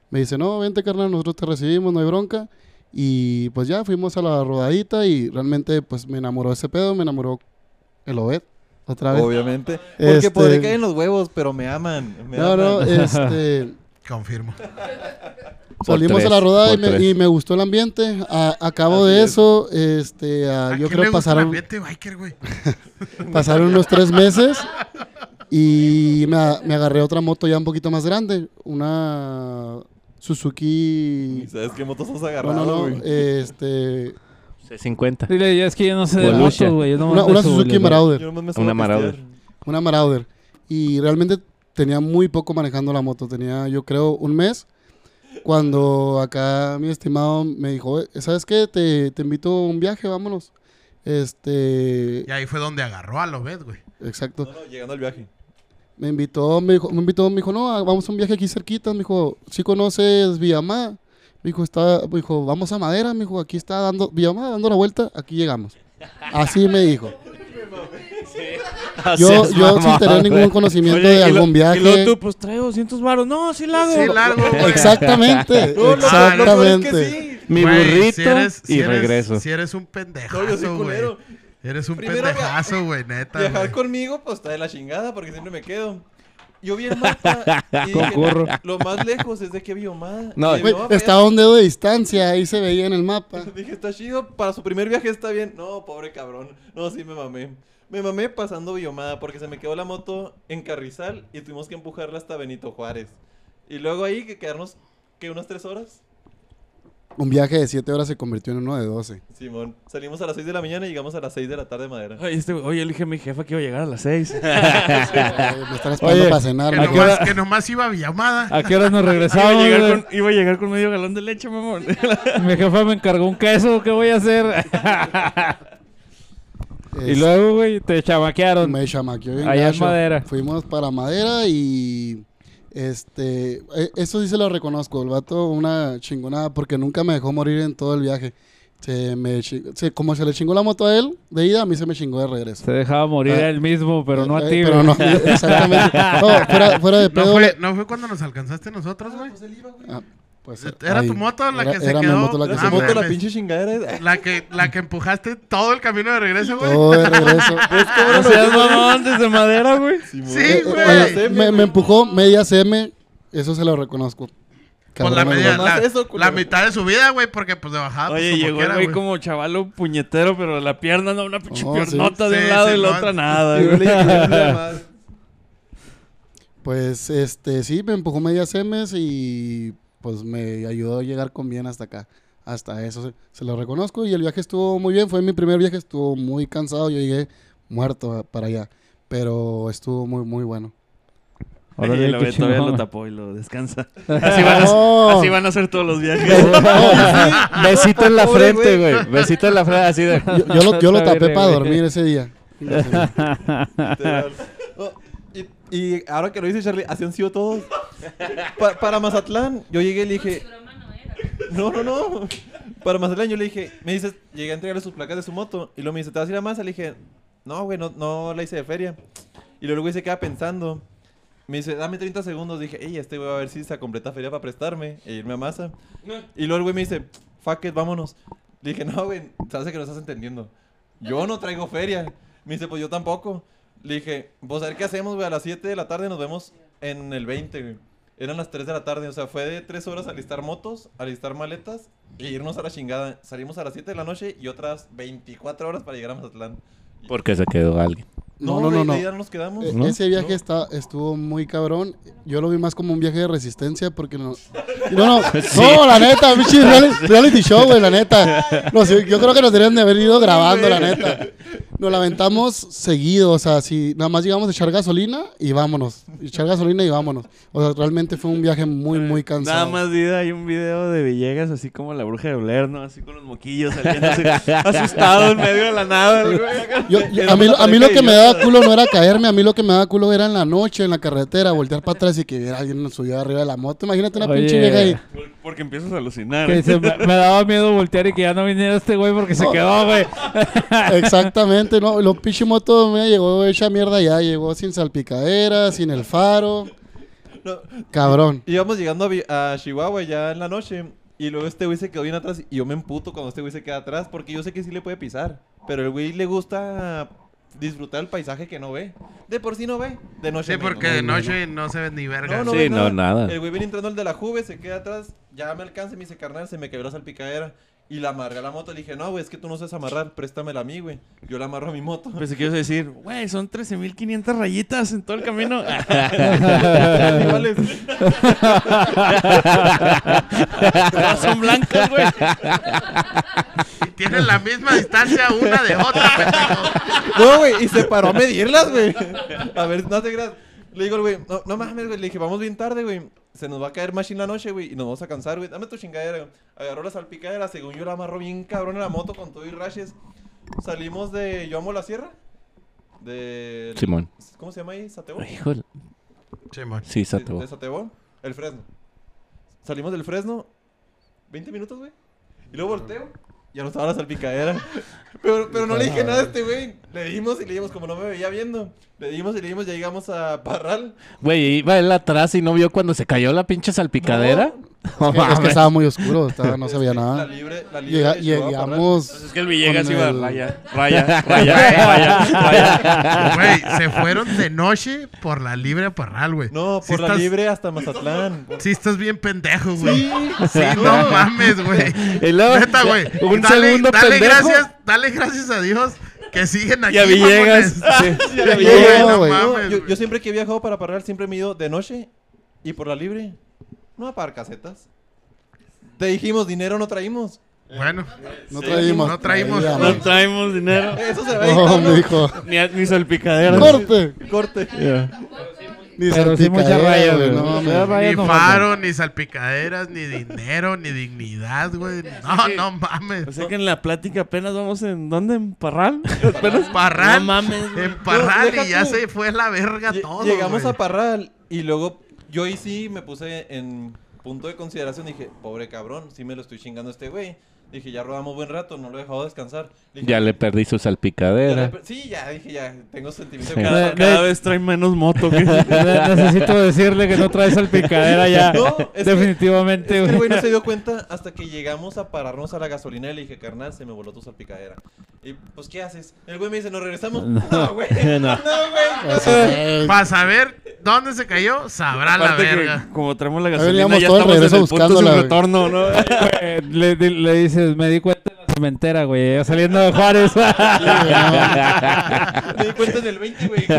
Me dice, no, vente carnal, nosotros te recibimos, no hay bronca. Y pues ya fuimos a la rodadita y realmente pues me enamoró ese pedo, me enamoró el Obed, otra vez. Obviamente. Porque Este- podré caer en los huevos, pero me aman. me No, aman. no, este... Confirmo. Por Salimos tres, a la rodada y por me, tres. y me gustó el ambiente. A, a cabo Así de es. eso, este, a- ¿A yo quién le creo gusta el pasaron, ambiente biker, güey? pasaron unos tres meses y me, a- me agarré otra moto ya un poquito más grande, una Suzuki. ¿Y ¿Sabes qué motos has No, no, agarrado, no, güey? este, C50. dile, ya es que yo no sé de Gualucha. motos, güey. yo nomás una, me una subo, Suzuki le- Marauder, Yo nomás me Una subo a Marauder. pistear. una Marauder. Y realmente tenía muy poco manejando la moto, tenía yo creo un mes. Cuando acá mi estimado me dijo, "Oye, ¿sabes qué? Te, te invito a un viaje, vámonos. Este, Y ahí fue donde agarró a Lobet, güey. Exacto. No, no, llegando al viaje. Eh, Me invitó, me dijo, me invitó, me dijo, no, ah, vamos a un viaje aquí cerquita. Me dijo, ¿sí conoces Villamá? Me dijo, está, me dijo, vamos a Madera. Me dijo, aquí está dando, Villamá, dando la vuelta, aquí llegamos. Así me dijo. Yo, yo sin tener ningún conocimiento Oye, de y lo- algún Y luego viaje. tú, pues traigo 200 varos. No, sí la hago. Sí, largo, güey. Exactamente, No, no, Ah, no, pero es exactamente. que sí. Mi Güey, burrito si eres- si y eres- regreso. Si eres un pendejazo, No, yo soy güey. culero. Eres un Primero pendejazo, güey, neta. Viajar güey. conmigo, pues está de la chingada, porque siempre me quedo. Yo vi el mapa y Con dije, gorro. lo más lejos es de que Biomada. No, Y Güey, no, estaba a un dedo de distancia, ahí se veía en el mapa. Dije, está chido, para su primer viaje está bien. No, pobre cabrón. No, sí me mamé. Me mamé pasando Biomada porque se me quedó la moto en Carrizal y tuvimos que empujarla hasta Benito Juárez. Y luego ahí que quedarnos, ¿qué? ¿Unas tres horas? Un viaje de 7 horas se convirtió en uno de 12. Simón, salimos a las 6 de la mañana y llegamos a las 6 de la tarde madera. Oye, este, güey- oye, le dije a mi jefa que iba a llegar a las 6. Eh, Me están esperando Oye, para Que cenar. ¿a ¿no? qué nomás, hora? que nomás iba a Villamada. ¿A qué horas nos iba, a regresamos, llegar güey? con, iba a llegar con medio galón de leche, mamón. Mi jefa me encargó un queso, ¿qué voy a hacer? y Es- luego, güey, te chamaquearon. Me chamaqueó bien Allá en gacho. Madera. Fuimos para Madera y este e- eso sí se lo reconozco, el vato una chingonada porque nunca me dejó morir en todo el viaje. Se me chi- se- como se le chingó la moto a él de ida, a mí se me chingó de regreso. Se dejaba morir Ah. a él mismo, pero no a Eh, ti, Pero güey. no, exactamente. No, fuera, fuera de ¿No pedo. fue, ¿No fue cuando nos alcanzaste a nosotros, güey? Ah, pues, ¿Era ahí. tu moto la Era- que se era mi quedó? moto la que Era Ah, se su quedó. moto la mames. pinche chingadera. eh. La que, la que empujaste todo el camino de regreso, güey. Todo de regreso. No seas mamón desde madera, güey. Simón. Sí, Eh, güey. eh, me, me empujó media CM, eso se lo reconozco. Pues la, Cabrón, media, güey. la, Nomás eso, la culero. mitad de su vida, güey, porque pues de bajada. pues, Oye, como llegó el quiera, güey como chavalo puñetero, pero la pierna no, una pinche Oh, sí. piernota de Sí, un lado y sí, la no. otra nada, Y yo güey. le dije, "Mira, madre". Pues este sí, me empujó media semes y pues me ayudó a llegar con bien hasta acá. Hasta eso se, se lo reconozco y el viaje estuvo muy bien, fue mi primer viaje, estuvo muy cansado, yo llegué muerto a- para allá, pero estuvo muy muy bueno. Órale, Oye, lo qué ve, todavía chingón. lo tapó y lo descansa. Así van a, No. así van a hacer todos los viajes. Besito en la Pobre frente, güey. güey. Besito en la frente, así de... Yo, yo lo, yo lo Está tapé bien, para güey. dormir ese día. Literal. No, Oh, y, y ahora que lo dice Charlie, así han sido todos. Pa- para Mazatlán, yo llegué y le dije. No, no, no. Para Mazatlán, yo le dije. Me dices, llegué a entregarle sus placas de su moto. Y luego me dice, ¿te vas a ir a Maza? Le dije, no, güey, no, no la hice de feria. Y luego el güey se queda pensando. Me dice, dame 30 segundos. Dije, hey, este güey va a ver si se completa feria para prestarme e irme a masa. Y luego el güey me dice, fuck it, vámonos. Le dije, no, güey, se hace que no estás entendiendo. Yo no traigo feria. Me dice, pues yo tampoco. Le dije, pues a ver qué hacemos, güey, a las 7 de la tarde nos vemos en el 20, güey. Eran las 3 de la tarde, o sea, fue de 3 horas alistar motos, alistar maletas e irnos a la chingada. Salimos a las 7 de la noche y otras 24 horas para llegar a Mazatlán. Porque se quedó alguien. No, no, no, güey, no. de ahí ya nos quedamos. E- ¿no? Ese viaje está, estuvo muy cabrón. Yo lo vi más como un viaje de resistencia porque no. No, no, no, la neta, pinche reali- reality show, güey, la neta. No, sí, yo creo que nos deberían de haber ido grabando, la neta. Nos lamentamos seguido, o sea, si nada más llegamos a echar gasolina y vámonos. Echar gasolina y vámonos. O sea, realmente fue un viaje muy, muy cansado. Nada más vida, hay un video de Villegas así como la bruja de Blair, ¿no? Así con los moquillos saliendo así, asustado en medio de la nada, el güey. Yo- yo- a, mí, lo- a mí lo que me daba culo no era caerme, a mí lo que me daba culo era en la noche, en la carretera, voltear para atrás y que viera alguien subido arriba de la moto. Imagínate una Oye. pinche vieja ahí. Por- Porque empiezas a alucinar. Que se- me, me daba miedo voltear y que ya no viniera este güey porque se quedó, güey. Exactamente, no, los pinche moto me llegó hecha mierda ya, llegó sin salpicadera, sin el faro, No, cabrón. Íbamos llegando a, Vi- a Chihuahua ya en la noche. Y luego este güey se quedó bien atrás. Y yo me emputo cuando este güey se queda atrás. Porque yo sé que sí le puede pisar. Pero el güey le gusta disfrutar el paisaje que no ve. De por sí no ve. De noche. Sí, menos. porque de noche no se ve ni verga. No, no Sí, ve no, nada. El güey viene entrando el de la Juve, se queda atrás. Ya me alcanza y me dice, carnal, se me quebró la salpicadera. Y la amarré a la moto. Le dije, no, güey, es que tú no sabes amarrar. Préstamela a mí, güey. Yo la amarro a mi moto. Pensé que ibas a decir, güey, son 13.500 rayitas en todo el camino. Iguales. Todas son blancas, güey. Y tienen la misma distancia una de otra, pendejo. No, güey, y se paró a medirlas, güey. A ver, no te creas. Le digo, al güey, no, no mames, güey. Le dije, vamos bien tarde, güey. Se nos va a caer machine la noche, güey. Y nos vamos a cansar, güey. Dame tu chingadera. güey. Agarró la salpicadera. Según yo la amarró bien cabrón en la moto con todo y rashes. Salimos de Yo Amo la Sierra. De... Simón. ¿Cómo se llama ahí? ¿Satebo? Híjole. Simón. Sí, se De, de Satebo. El Fresno. Salimos del Fresno. 20 minutos, güey. Y luego volteo. Ya no estaba la salpicadera. Pero, pero no le dije nada a este güey. Le dimos y le dimos, como no me veía viendo. Le dimos y le dimos, ya llegamos a Parral. Güey, iba él atrás y no vio cuando se cayó la pinche salpicadera. No, Es que- es que mames. estaba muy oscuro, estaba- no se veía La nada. libre, la libre. Llega- de Chihuahua a Parral. llegamos. Es que el Villegas Con iba, el- raya, raya, raya, raya, raya. Güey, se fueron de noche por la libre a parral, güey. No, por Sí la estás- libre hasta Mazatlán. Sí, estás bien pendejo, güey. Sí, no mames, güey. Y luego, Neta, güey. Un dale, segundo dale pendejo. gracias, dale gracias a Dios que siguen aquí. Y a Villegas. mamones. Sí, la llegó, libre. no güey. No, mames, yo, güey. yo siempre que he viajado para Parral, siempre me he ido de noche y por la libre. No para casetas. Te dijimos, dinero no traímos. Bueno, No traímos. No traímos. Ya, No güey. traemos dinero, Eso se ve. Oh, me dijo. ni, ni salpicadera. Corte. Corte. Ni Pero sí, muchas salpicadera, rayas, güey, güey. no Muchas mames. rayas ni nos faro, ni salpicaderas, ni dinero, ni dignidad, güey. No, no O mames. sea que en la plática apenas vamos en... ¿Dónde? ¿En Parral? Pues, Apenas Parral. No mames, güey. En parral deja y ya tú. se fue la verga Lle- todo. Llegamos güey. a Parral y luego yo ahí sí me puse en punto de consideración. Dije, pobre cabrón, sí me lo estoy chingando a este güey. Dije, ya rodamos buen rato, no lo he dejado descansar. Dije, Ya le perdí su ya le salpicadera. per- Sí, ya, dije, ya, tengo sentimiento. Sí. de Cada, Ve- cada ve- vez trae menos moto. güey. Ne- Necesito decirle que no traes salpicadera ya. No, es que- Definitivamente, Es que el güey. Este güey no se dio cuenta hasta que llegamos a pararnos a la gasolina y le dije, carnal, se me voló tu salpicadera. Y pues, ¿qué haces? El güey me dice, ¿nos regresamos? No, güey. No, güey. Así, güey. Para saber dónde se cayó, sabrá la Aparte que verga. como traemos la Ahí gasolina, veníamos ya todo el estamos en el regreso punto sin buscándola, güey. retorno, ¿no? Eh, Le, di- le dices, me di cuenta en la cementera, güey, saliendo de Juárez. Me di cuenta en el 20, güey.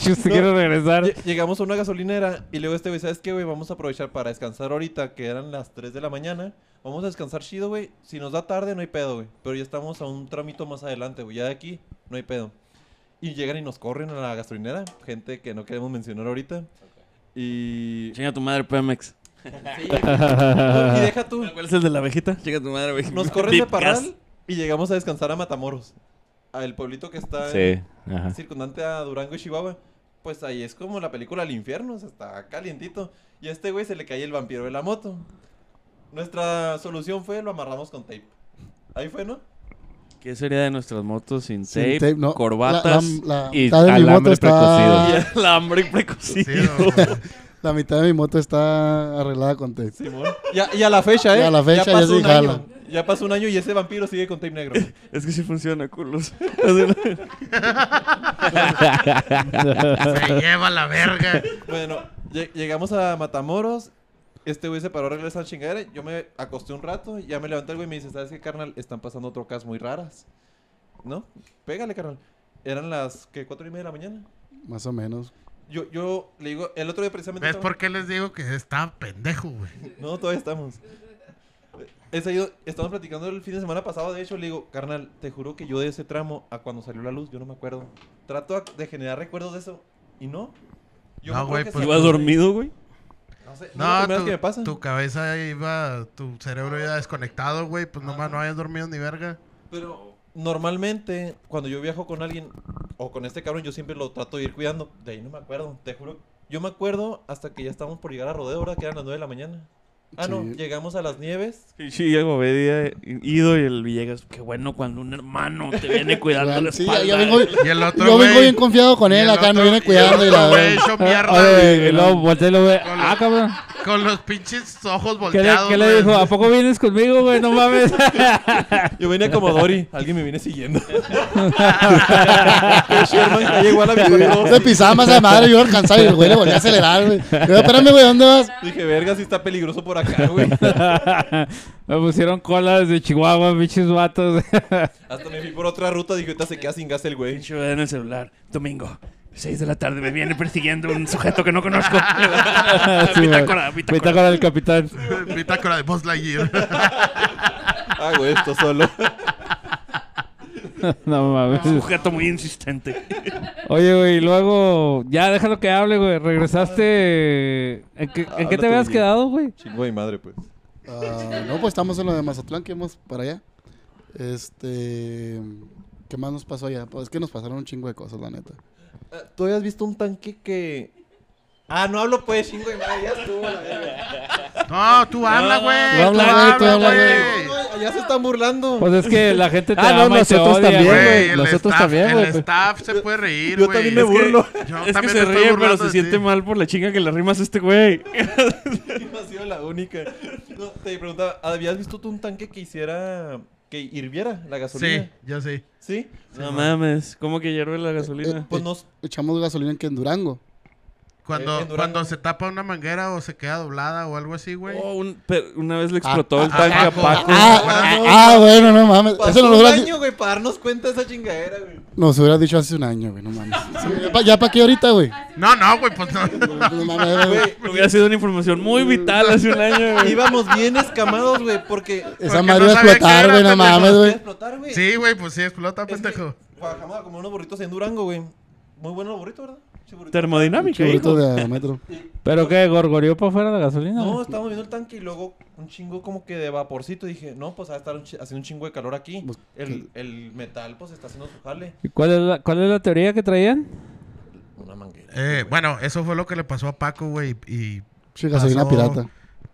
Yo sí quiero regresar. Lle- Llegamos a una gasolinera y luego este güey, ¿sabes qué, güey? Vamos a aprovechar para descansar ahorita, que eran las 3 de la mañana. Vamos a descansar chido, güey. Si nos da tarde, no hay pedo, güey. Pero ya estamos a un tramito más adelante, güey. Ya de aquí, no hay pedo. Y llegan y nos corren a la gasolinera. Gente que no queremos mencionar ahorita. Y... Chinga tu madre, Pemex. Sí, güey. No, y deja tú. ¿Cuál es el de la abejita? Chinga tu madre, abejita. Nos corren de Pip, Parral y llegamos a descansar a Matamoros. Al pueblito que está... Sí, ajá. circundante a Durango y Chihuahua, pues ahí es como la película El infierno, o sea, está calientito. Y a este güey se le cae el vampiro de la moto. Nuestra solución fue lo amarramos con tape. Ahí fue, ¿no? ¿Qué sería de nuestras motos sin, Sin tape, tape, no. corbatas La, la- la y mitad de mi moto alambre está, precocido. y el hambre precocido? Sí, no, güey. La mitad de mi moto está arreglada con tape. Y a, y a la fecha, Y ¿eh? a la fecha ya pasó se un jala. año. Ya pasó un año y ese vampiro sigue con tape negro. Es que sí funciona, culos. Se lleva la verga. Bueno, lle- llegamos a Matamoros. Este güey se paró a regresar al chingadera. Yo me acosté un rato. Ya me levanté el güey y me dice: ¿Sabes qué, carnal? Están pasando trocas muy raras. ¿No? Pégale, carnal. Eran las que cuatro y media de la mañana. Más o menos. Yo, yo le digo, el otro día precisamente. ¿Ves estaba- por qué les digo que está pendejo, güey? No, todavía estamos. Es ahí do- estábamos platicando el fin de semana pasado, de hecho, le digo, carnal, te juro que yo de ese tramo a cuando salió la luz, yo no me acuerdo. Trato a- de generar recuerdos de eso y no. Yo No, me acuerdo güey, que pues- se- ¿Ibas dormido, güey? No sé, no, No, que me tu, pasa. tu cabeza iba, tu cerebro iba desconectado, güey. Pues nomás no habías dormido ni verga. Pero normalmente, cuando yo viajo con alguien o con este cabrón, yo siempre lo trato de ir cuidando. De ahí no me acuerdo, te juro. Yo me acuerdo hasta que ya estábamos por llegar a Rodeo, ¿verdad? Que eran las 9 de la mañana. Ah, no, Sí. llegamos a las nieves. Sí, Diego Bedia, Ido y el Villegas. Qué bueno cuando un hermano te viene cuidando la Sí, espalda. ya, ya vengo, Y el otro, yo vengo güey, bien confiado con y el él acá, otro- me viene cuidando y y el otro la Ah, güey verdad. hecho mierda, Oye, güey, y luego voltea y lo ve. Con Ah, los- cabrón. Con los pinches ojos ¿Qué le, volteados, qué le güey. dijo? ¿A poco vienes conmigo, güey? No mames. Yo venía como Dory, alguien me viene siguiendo. Sherman ya llegó a la Le Victoria. pisaba más a la madre, yo lo alcanzaba y el güey le volví a acelerar, güey. Yo, espérame, güey, ¿dónde vas? Dije, verga, si está peligroso por acá, güey. Me pusieron cola desde Chihuahua, bichos vatos. Hasta me fui por otra ruta, dije, ahorita se queda sin gas el güey. Pinche Bedia en el celular. Domingo, 6 de la tarde, me viene persiguiendo un sujeto que no conozco. Sí, güey. Bitácora, bitácora. Bitácora del capitán. Bitácora de Buzz Lightyear. Hago Ah, esto solo. No mames. Sujeto muy insistente. Oye, güey, y luego. Ya, déjalo que hable, güey. Regresaste. ¿En qué, en qué Habla te tú, habías Guille. quedado, güey? Chingo de mi madre, pues. Ah, no, pues estamos en lo de Mazatlán, que hemos para allá. Este. ¿Qué más nos pasó allá? Pues es que nos pasaron un chingo de cosas, la neta. ¿Tú habías visto un tanque que...? Ah, no hablo pues, chingo de madre, ya estuvo la verga. No, tú habla, güey. Tú Tú habla, güey, tú habla, habla, güey. No, allá se están burlando. Pues es que la gente te Ah, no, ama y te nosotros odia, también, güey. Güey, el Nosotros staff, también, el güey. pues. staff se puede reír, Yo güey. también me burlo. Yo es que también se estoy ríe, pero burlando se de siente ti. mal por la chinga que le rimas a este güey. No ha sido la única. No, te preguntaba, ¿habías visto tú un tanque que hiciera... que hirviera la Sí, gasolina? yo sí. ¿Sí? No mames, ¿cómo que hierve la Eh, gasolina? Pues no... Echamos gasolina que en Durango. Cuando, en Durango. cuando se tapa una manguera o se queda doblada o algo así, güey. Oh, un- pero una vez le explotó el ah, tanque a ah, Paco. Ah, ah, ah, bueno, no mames. Eso Pasó nos un hubiera, año, güey, para darnos cuenta de esa chingadera, güey. nos hubiera dicho hace un año, güey, no mames. Sí, ya pa- ¿Ya para qué ahorita, güey? No, no, güey, pues no. No mames, güey. Güey, Hubiera sido una información muy vital hace un año, güey. íbamos bien escamados, güey, porque... Esa no madre iba a sabía explotar, que güey, era, no pendejo. mames, Iba a güey. explotar, güey. Sí, güey, pues sí, explota, Es que pendejo. Bajamos a comer unos burritos en Durango, güey. Muy buenos burritos, ¿verdad? Sí, burritos. Termodinámica, Chiburrito hijo. de diámetro. ¿Pero qué? ¿Gorgoreó para afuera la gasolina? No, güey? estábamos viendo el tanque y luego un chingo como que de vaporcito. Dije, no, pues va a estar un chi- haciendo un chingo de calor aquí. Pues, El, el metal, pues está haciendo su jale. ¿Y cuál es, la, ¿Cuál es la teoría que traían? Una manguera. Eh, bueno, eso fue lo que le pasó a Paco, güey, y Sí, gasolina Pasó. pirata.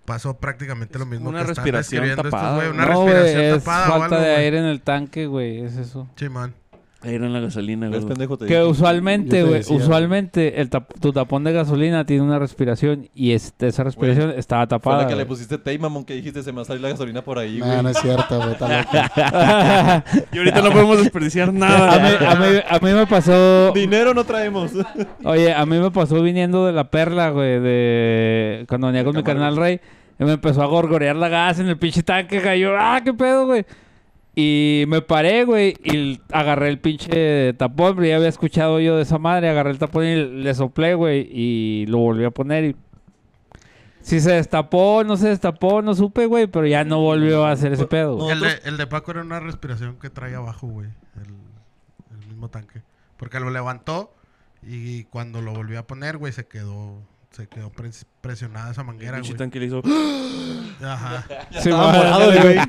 pasó prácticamente lo mismo Una que están respiración describiendo estos, tapada, güey. Una no, güey, respiración es tapada o falta algo, de güey. aire en el tanque, güey. Es eso. Simón. Ahí era en la gasolina, Pues, güey. pendejo te Que Yo usualmente, te güey, decía, güey. usualmente el tap- tu tapón de gasolina tiene una respiración y este, esa respiración estaba Fue tapada. la que le güey. pusiste tape, mamón, que dijiste se me va a salir la gasolina por ahí, güey. No, no es cierto, güey, está loco. Y ahorita no podemos desperdiciar a, nada. mí, a mí- a mí me pasó, Dinero no traemos. oye, a mí me pasó viniendo de la perla, güey, de cuando venía con mi Camargo. carnal Rey, y me empezó a gorgorear la gas en el pinche tanque, cayó, ah, qué pedo, güey. Y me paré, güey, y agarré el pinche tapón, pero ya había escuchado yo de esa madre, agarré el tapón y le soplé, güey, y lo volví a poner y si se destapó, no se destapó, no supe, güey, pero ya no volvió a hacer ese Pues, pedo. güey. El de, el de Paco era una respiración que traía abajo, güey. El, el mismo tanque. Porque lo levantó y cuando lo volvió a poner, güey, se quedó, se quedó pres- presionada esa El manguera, pinche güey. tanque le hizo. Ajá. Sí, estaba güey. morado el güey.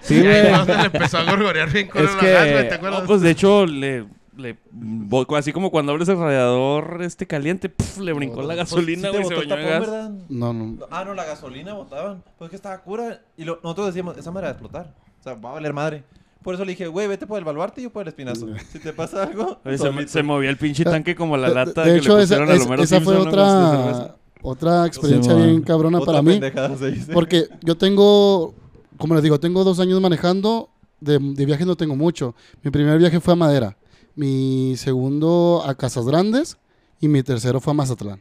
Sí, Y ahí güey. fue donde le empezó a gorgorear bien con Es la que- gas, güey, ¿te No, acuerdas? pues de hecho, le. le bo- así como cuando abres el radiador este caliente, puf, le brincó la gasolina, Pues, Sí te güey. se botó el bañó en tapón, gas. ¿verdad? No, no. No, Ah, no, la gasolina botaban. Pues que estaba cura. Y lo- nosotros decíamos, esa madre va a explotar. O sea, va a valer madre. Por eso le dije, güey, vete por el baluarte y yo por el espinazo. Si te pasa algo, Oye, se, solito. mo- se movía el pinche tanque como la De- lata de que hecho, le esa, pusieron a es- Homero esa fue Simpson, ¿no? Este, Con su cerveza. otra, otra experiencia Simón. bien cabrona Otra para mí. pendejada se dice. Porque yo tengo, como les digo, tengo dos años manejando. De, de viajes no tengo mucho. Mi primer viaje fue a Madera. Mi segundo a Casas Grandes. Y mi tercero fue a Mazatlán.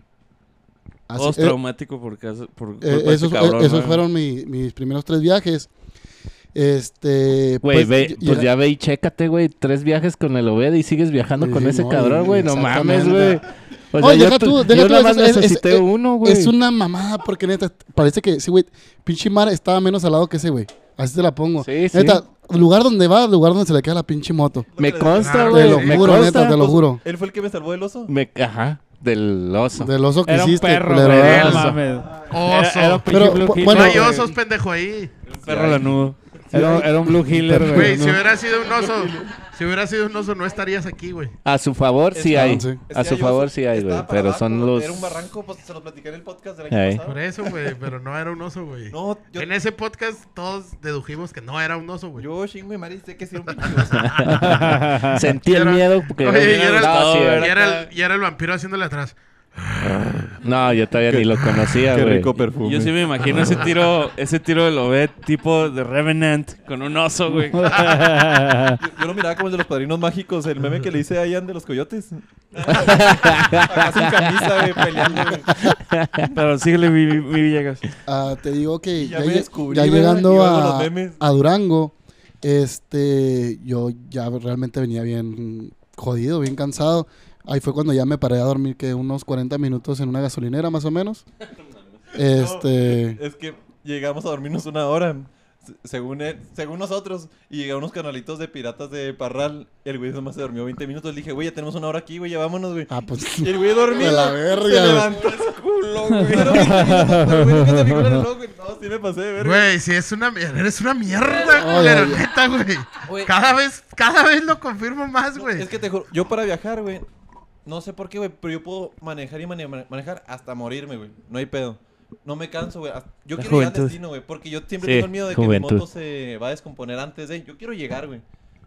Así- Todos eh, traumático por, casa- por culpa eh, de este esos cabrón, eh, esos ¿no? fueron mi- mis primeros tres viajes. Este. Güey, pues, ve, y- y pues era- ya ve y chécate, güey. Tres viajes con el Obed y sigues viajando Sí, con ese no, cabrón, y- güey. No exactamente. mames, güey. O No, y sea, deja yo, tu- tú- deja yo tú nada eso, más es- es- necesité es- uno, güey. Es una mamada, porque neta, parece que, sí, güey, pinche mar estaba menos al lado que ese, güey. Así te la pongo. Sí, sí. Neta, lugar donde va, lugar donde se le queda la pinche moto. Me Ah, consta, te güey. lo Me juro, neta, consta. pues. te lo juro. Pues, Él fue el que me salvó del oso. Me, ajá, del oso. Del oso que Era un hiciste. perro, culero, güey. ¿verdad? No Eso. mames. Oso. Era, era un pinche Pero, Blue bu- Heeler, bueno, no hay güey. osos, pendejo, ahí. Un perro lanudo. Era, era un Blue Healer, güey. Güey, No. si hubiera sido un oso, si hubiera sido un oso, no estarías aquí, güey. A su favor sí Está- hay. sí. A Sí, su hay favor osos. sí hay, güey. Estaba para Pero abajo, son los... Era un barranco, pues se los platiqué en el podcast del Ey. año Por pasado. eso, güey, pero no era un oso, güey. No, yo, En ese podcast todos dedujimos que no era un oso, güey. yo chingo y Mari sé que sí era un pinche oso. Sentí el Era- miedo porque... Oye, y era, el, no, sí, y era- era el- y era el vampiro haciéndole atrás. no, yo todavía ni lo conocía, Qué güey. rico perfume. Yo sí me imagino ese tiro, ese tiro de Lobet tipo de Revenant con un oso, güey. Yo, yo lo miraba como el de los padrinos mágicos, el meme que le hice a Ian de los coyotes. Acá sin camisa, güey, peleando, güey. Pero síguele mi, mi- mi Villegas. Ah, te digo que Y ya ya, me lle- descubrí, ya ¿verdad? Y llegando luego los a, memes. a Durango, este, yo ya realmente venía bien jodido, bien cansado. Ahí fue cuando ya me paré a dormir que unos 40 minutos en una gasolinera más o menos. Este, Es que llegamos a dormirnos una hora. se- Según, él- según nosotros, y llegaron unos canalitos de piratas de Parral. El güey nomás se durmió 20 minutos. Le dije, güey, ya tenemos una hora aquí, güey, ya vámonos, güey. ah, pues Y el güey dormido. De la verga, Se güey. levantó ese culo, güey. Pero, pero, güey, nunca se fijó en el reloj, güey. No, sí me pasé de verga. Güey, si es una mierda, eres una mierda, Ay, culero, ay, ay. neta, güey. Cada vez, cada vez lo confirmo más, güey. Es que te juro, yo para viajar, güey, no sé por qué, güey, pero yo puedo manejar y mane- mane- manejar hasta morirme, güey. No hay pedo. No me canso, güey. hasta- Yo La quiero llegar al juventud. destino, güey, porque yo siempre Sí, tengo el miedo de que juventud. mi moto se va a descomponer antes de. Yo quiero llegar, güey.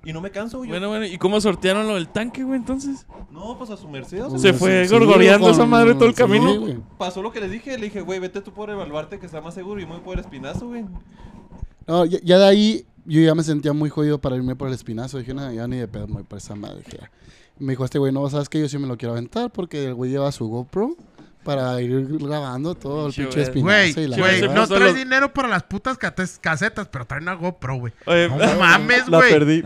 Y no me canso, güey. yo- Bueno, bueno, ¿y cómo sortearon lo del tanque, güey, entonces? No, pues a su merced. o sea, Se fue gorgoreando esa madre todo el camino. güey. Pasó lo que les dije. Le dije, güey, vete tú por evaluarte que está más seguro y muy por el espinazo, güey. No, ya, ya de ahí yo ya me sentía muy jodido para irme por el espinazo. Dije, nada, ya ni de pedo me voy por esa madre. Dije, ya. me dijo este güey, no, sabes que yo sí me lo quiero aventar porque el güey lleva su GoPro para ir grabando todo el Pinche pinche güey. Güey, espinazo y la güey, verga. no Solo- traes dinero para las putas cates- casetas, pero traen una GoPro, güey. Oye, No mames, La güey. perdí.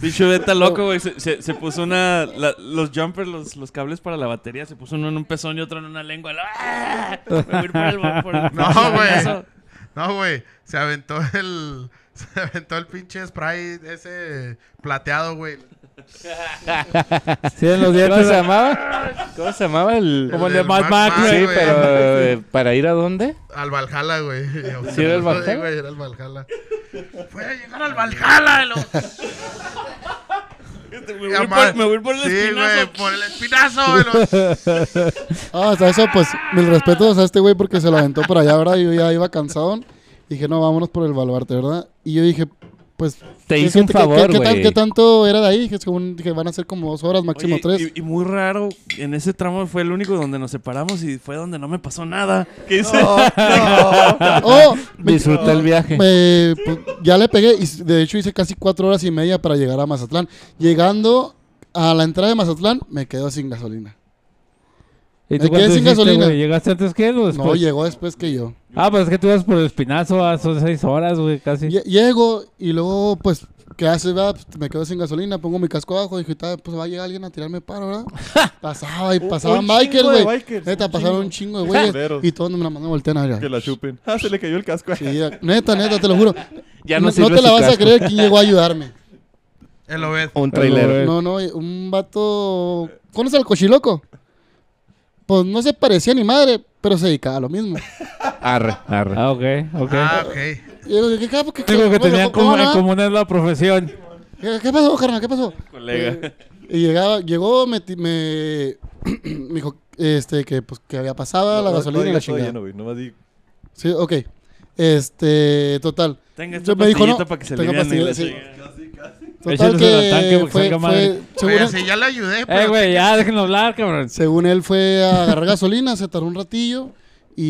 Dicho beta loco, güey. Se, se- se puso una. la- los jumpers, los, los cables para la batería, se puso uno en un pezón y otro en una lengua. ¡Ah! Me voy a ir por el- por el- No, por el güey. brazo. No, güey, se aventó el, se aventó el pinche spray ese plateado, güey. Sí, en los ¿Cómo dientes. se llamaba? ¿Cómo se llamaba el...? Como el de del Mad Max, Max, Sí, güey. pero... eh, ¿Para ir a dónde? Al Valhalla, güey. ¿Sí era el Valhalla? Sí, güey, era el Valhalla. Voy a llegar al Valhalla, lo- Me voy a ir por- me voy a ir por el sí, espinazo. güey, por el espinazo, güey. lo- Ah, hasta eso, pues, mil respetos a este güey porque se lo aventó por allá, ¿verdad? Yo ya iba cansado. Dije, no, vámonos por el baluarte, ¿verdad? Y yo dije, pues... Te ¿qué- hizo un qué- qué- favor, qué- qué tan- güey. ¿Qué tanto era de ahí? Dije, según, dije, van a ser como dos horas, máximo Oye, tres. Y, y muy raro, en ese tramo fue el único donde nos separamos y fue donde no me pasó nada. ¿Qué hice? ¡Oh! Me- Disfruta el viaje. me- pues, ya le pegué y s- de hecho hice casi cuatro horas y media para llegar a Mazatlán. Llegando a la entrada de Mazatlán, me quedo sin gasolina. ¿Y Me tú quedé cuánto sin hiciste, gasolina. güey? ¿Llegaste antes que él o después? No, llegó después que yo. Ah, pues es que tú vas por el espinazo, ah, son seis horas, güey, casi. Lle- Llego y luego, pues, ¿qué haces? verdad? Pues, me quedo sin gasolina, pongo mi casco abajo. Dije, "Ta, pues va a llegar alguien a tirarme paro, ¿verdad? pasaba y pasaban un chingo bikers, de güey. bikers, Neta, un pasaron un chingo de güeyes. Culeros. y todos me la mandan voltean a ver. Que la chupen. Ah, se le cayó el casco. Sí, ya- neta, neta, te lo juro. Ya no, no no sirve te la su vas a casco. creer quién llegó a ayudarme. El Obed. Un trailer. No, no, un vato. ¿Conoces al cochiloco? Pues no se parecía ni madre, pero se dedicaba a lo mismo. Arre, arre. Ah, ok, ok. Ah, ok. Y yo, ¿qué, qué, qué, qué- Digo que cómo- tenían cómo como, en va? común es la profesión. ¿Qué- qué pasó, carnal? ¿Qué pasó? Eh, Colega. Y llegaba, llegó, me, ti- me, me dijo este, que, pues, que había pasado la gasolina y la chingada. Nomás di- Sí, ok. Este, total. Tenga Yo esta me dijo, pastillita no, para que se tengo aliviane. pastilla, la sí. chingada. Total Échenos al tanque que porque fue, salga madre. fue- según, Oye, él, sí, ya le ayudé, pero... Eh, güey, ya déjenos hablar, cabrón. según él fue a agarrar gasolina, se tardó un ratillo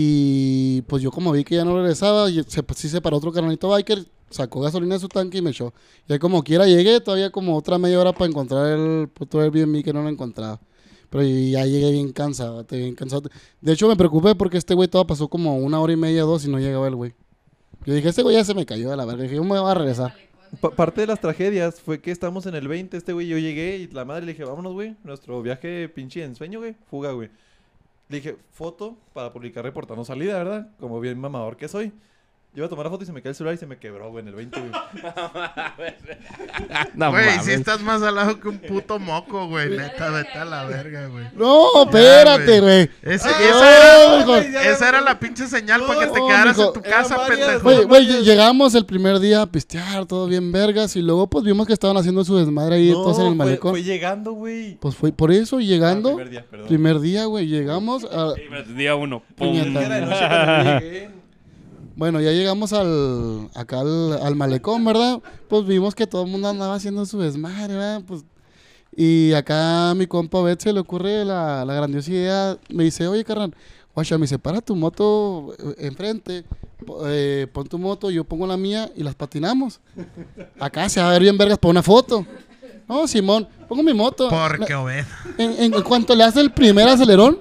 y pues yo como vi que ya no regresaba, y se, pues, sí se paró otro carnalito biker, sacó gasolina de su tanque y me echó. Ya como quiera llegué, todavía como otra media hora para encontrar el puto Airbnb que no lo encontraba. Pero y- ya llegué bien cansado, te- bien cansado. De hecho me preocupé porque este güey todo pasó como una hora y media, dos y no llegaba el güey. Yo dije, este güey ya se me cayó de la verga, dije, yo me voy a regresar. Pa- parte de las tragedias fue que estamos en el 20, este güey, yo llegué y la madre le dije, vámonos, güey, nuestro viaje pinche de ensueño, güey, fuga, güey. Le dije, foto para publicar reportando salida, ¿verdad? Como bien mamador que soy. Yo iba a tomar la foto y se me cae el celular y se me quebró, güey, en el 20, güey. No Güey, mames. si estás más alado que un puto moco, güey. Neta, vete a la verga, güey. No, espérate, Ya, güey. Ese- Ah, esa, era, hijo. Ay, ya, esa era güey. la pinche señal para que te No, quedaras mijo. en tu casa, Eran varias, pendejo. Güey, Pues, güey, ll- llegamos el primer día a pistear, todo bien vergas, y luego pues vimos que estaban haciendo su desmadre ahí No, todos en el fue- malecón. Fue, llegando, güey. Pues fue por eso, llegando, Ah, primer, primer día, perdón. día, güey, llegamos a... Sí, pero Día uno. pum. Puñeta. Era de noche cuando yo llegué. Bueno, ya llegamos al, acá al, al malecón, ¿verdad? Pues vimos que todo el mundo andaba haciendo su desmadre, ¿verdad? Pues, y acá a mi compa Bet se le ocurre la, la grandiosa idea. Me dice, oye, carnal, guacha, me separa tu moto eh, enfrente, po- eh, pon tu moto, yo pongo la mía y las patinamos. Acá se va a ver bien vergas para una foto. No, Simón, pongo mi moto. Porque obeda. En, en cuanto le hace el primer acelerón,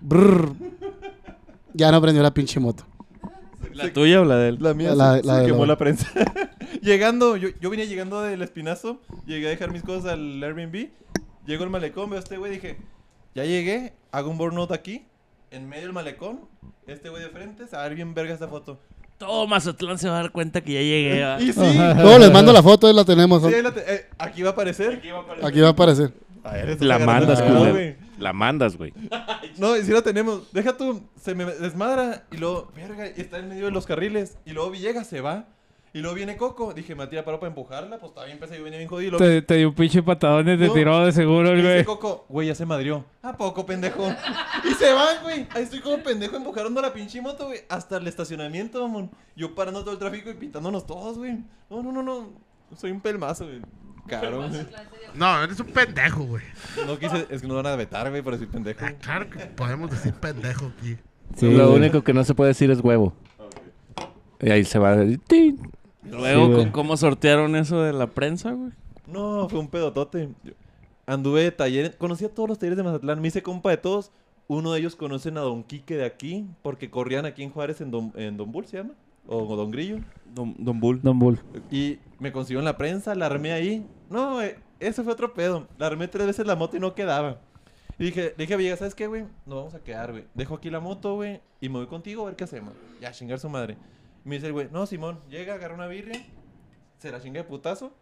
brrr, ya no prendió la pinche moto. ¿La tuya o la de él? La mía La- se, la se de quemó la- la prensa. llegando, yo, yo venía llegando del espinazo, llegué a dejar mis cosas al Airbnb, llego al malecón, veo a este güey, dije, ya llegué, hago un burnout aquí, en medio del malecón, este güey de frente, se va a ver bien verga esta foto. Todo Mazatlán se va a dar cuenta que ya llegué. Ah. va. Y sí, Luego les mando la foto, ahí la tenemos. sí, ahí la te- eh, aquí va a aparecer. Aquí va a aparecer. A ver, esto La está mandas, grabado, culero. güey. La mandas, güey. No, y si la tenemos. Deja tú, se me desmadra y luego, verga, y está en medio de los carriles. Y luego Villegas se va. Y luego viene Coco. Dije, me tira paro para empujarla. Pues estaba bien pesado, yo venía bien jodido. y luego- Te, te dio un pinche patadón y te No. tiró de seguro, Y güey. dice Coco, güey, ya se madrió. ¿A poco, pendejo? Y se van, güey. Ahí estoy como pendejo empujando la pinche moto, güey. Hasta el estacionamiento, mamón. Yo parando todo el tráfico y pintándonos todos, güey. No, no, no, no. Soy un pelmazo, güey. Cabrón, güey. No, eres un pendejo, güey. No quise, es que nos van a vetar, güey, por decir pendejo. Ah, Claro que podemos decir pendejo aquí. Sí, Lo güey. único que no se puede decir es huevo. Y ahí se va. ¡Tin! Sí, Luego, güey. ¿con- ¿cómo sortearon eso de la prensa, güey? No, fue un pedotote. Yo- Anduve de talleres, conocí a todos los talleres de Mazatlán, me hice compa de todos. Uno de ellos conocen a Don Quique de aquí, porque corrían aquí en Juárez en Don, en Don Bull, ¿se llama? O, o Don Grillo. Don, Don Bull. Don Bull. Y me consiguió en la prensa, la armé ahí. No, eh, ese fue otro pedo. La armé tres veces la moto y no quedaba. Y dije, le dije a Villegas, ¿sabes qué, güey? Nos vamos a quedar, güey. Dejo aquí la moto, güey, y me voy contigo a ver qué hacemos. Ya, chingar su madre. Y me dice el güey, no, Simón, llega, agarra una birria, se la chinga de putazo.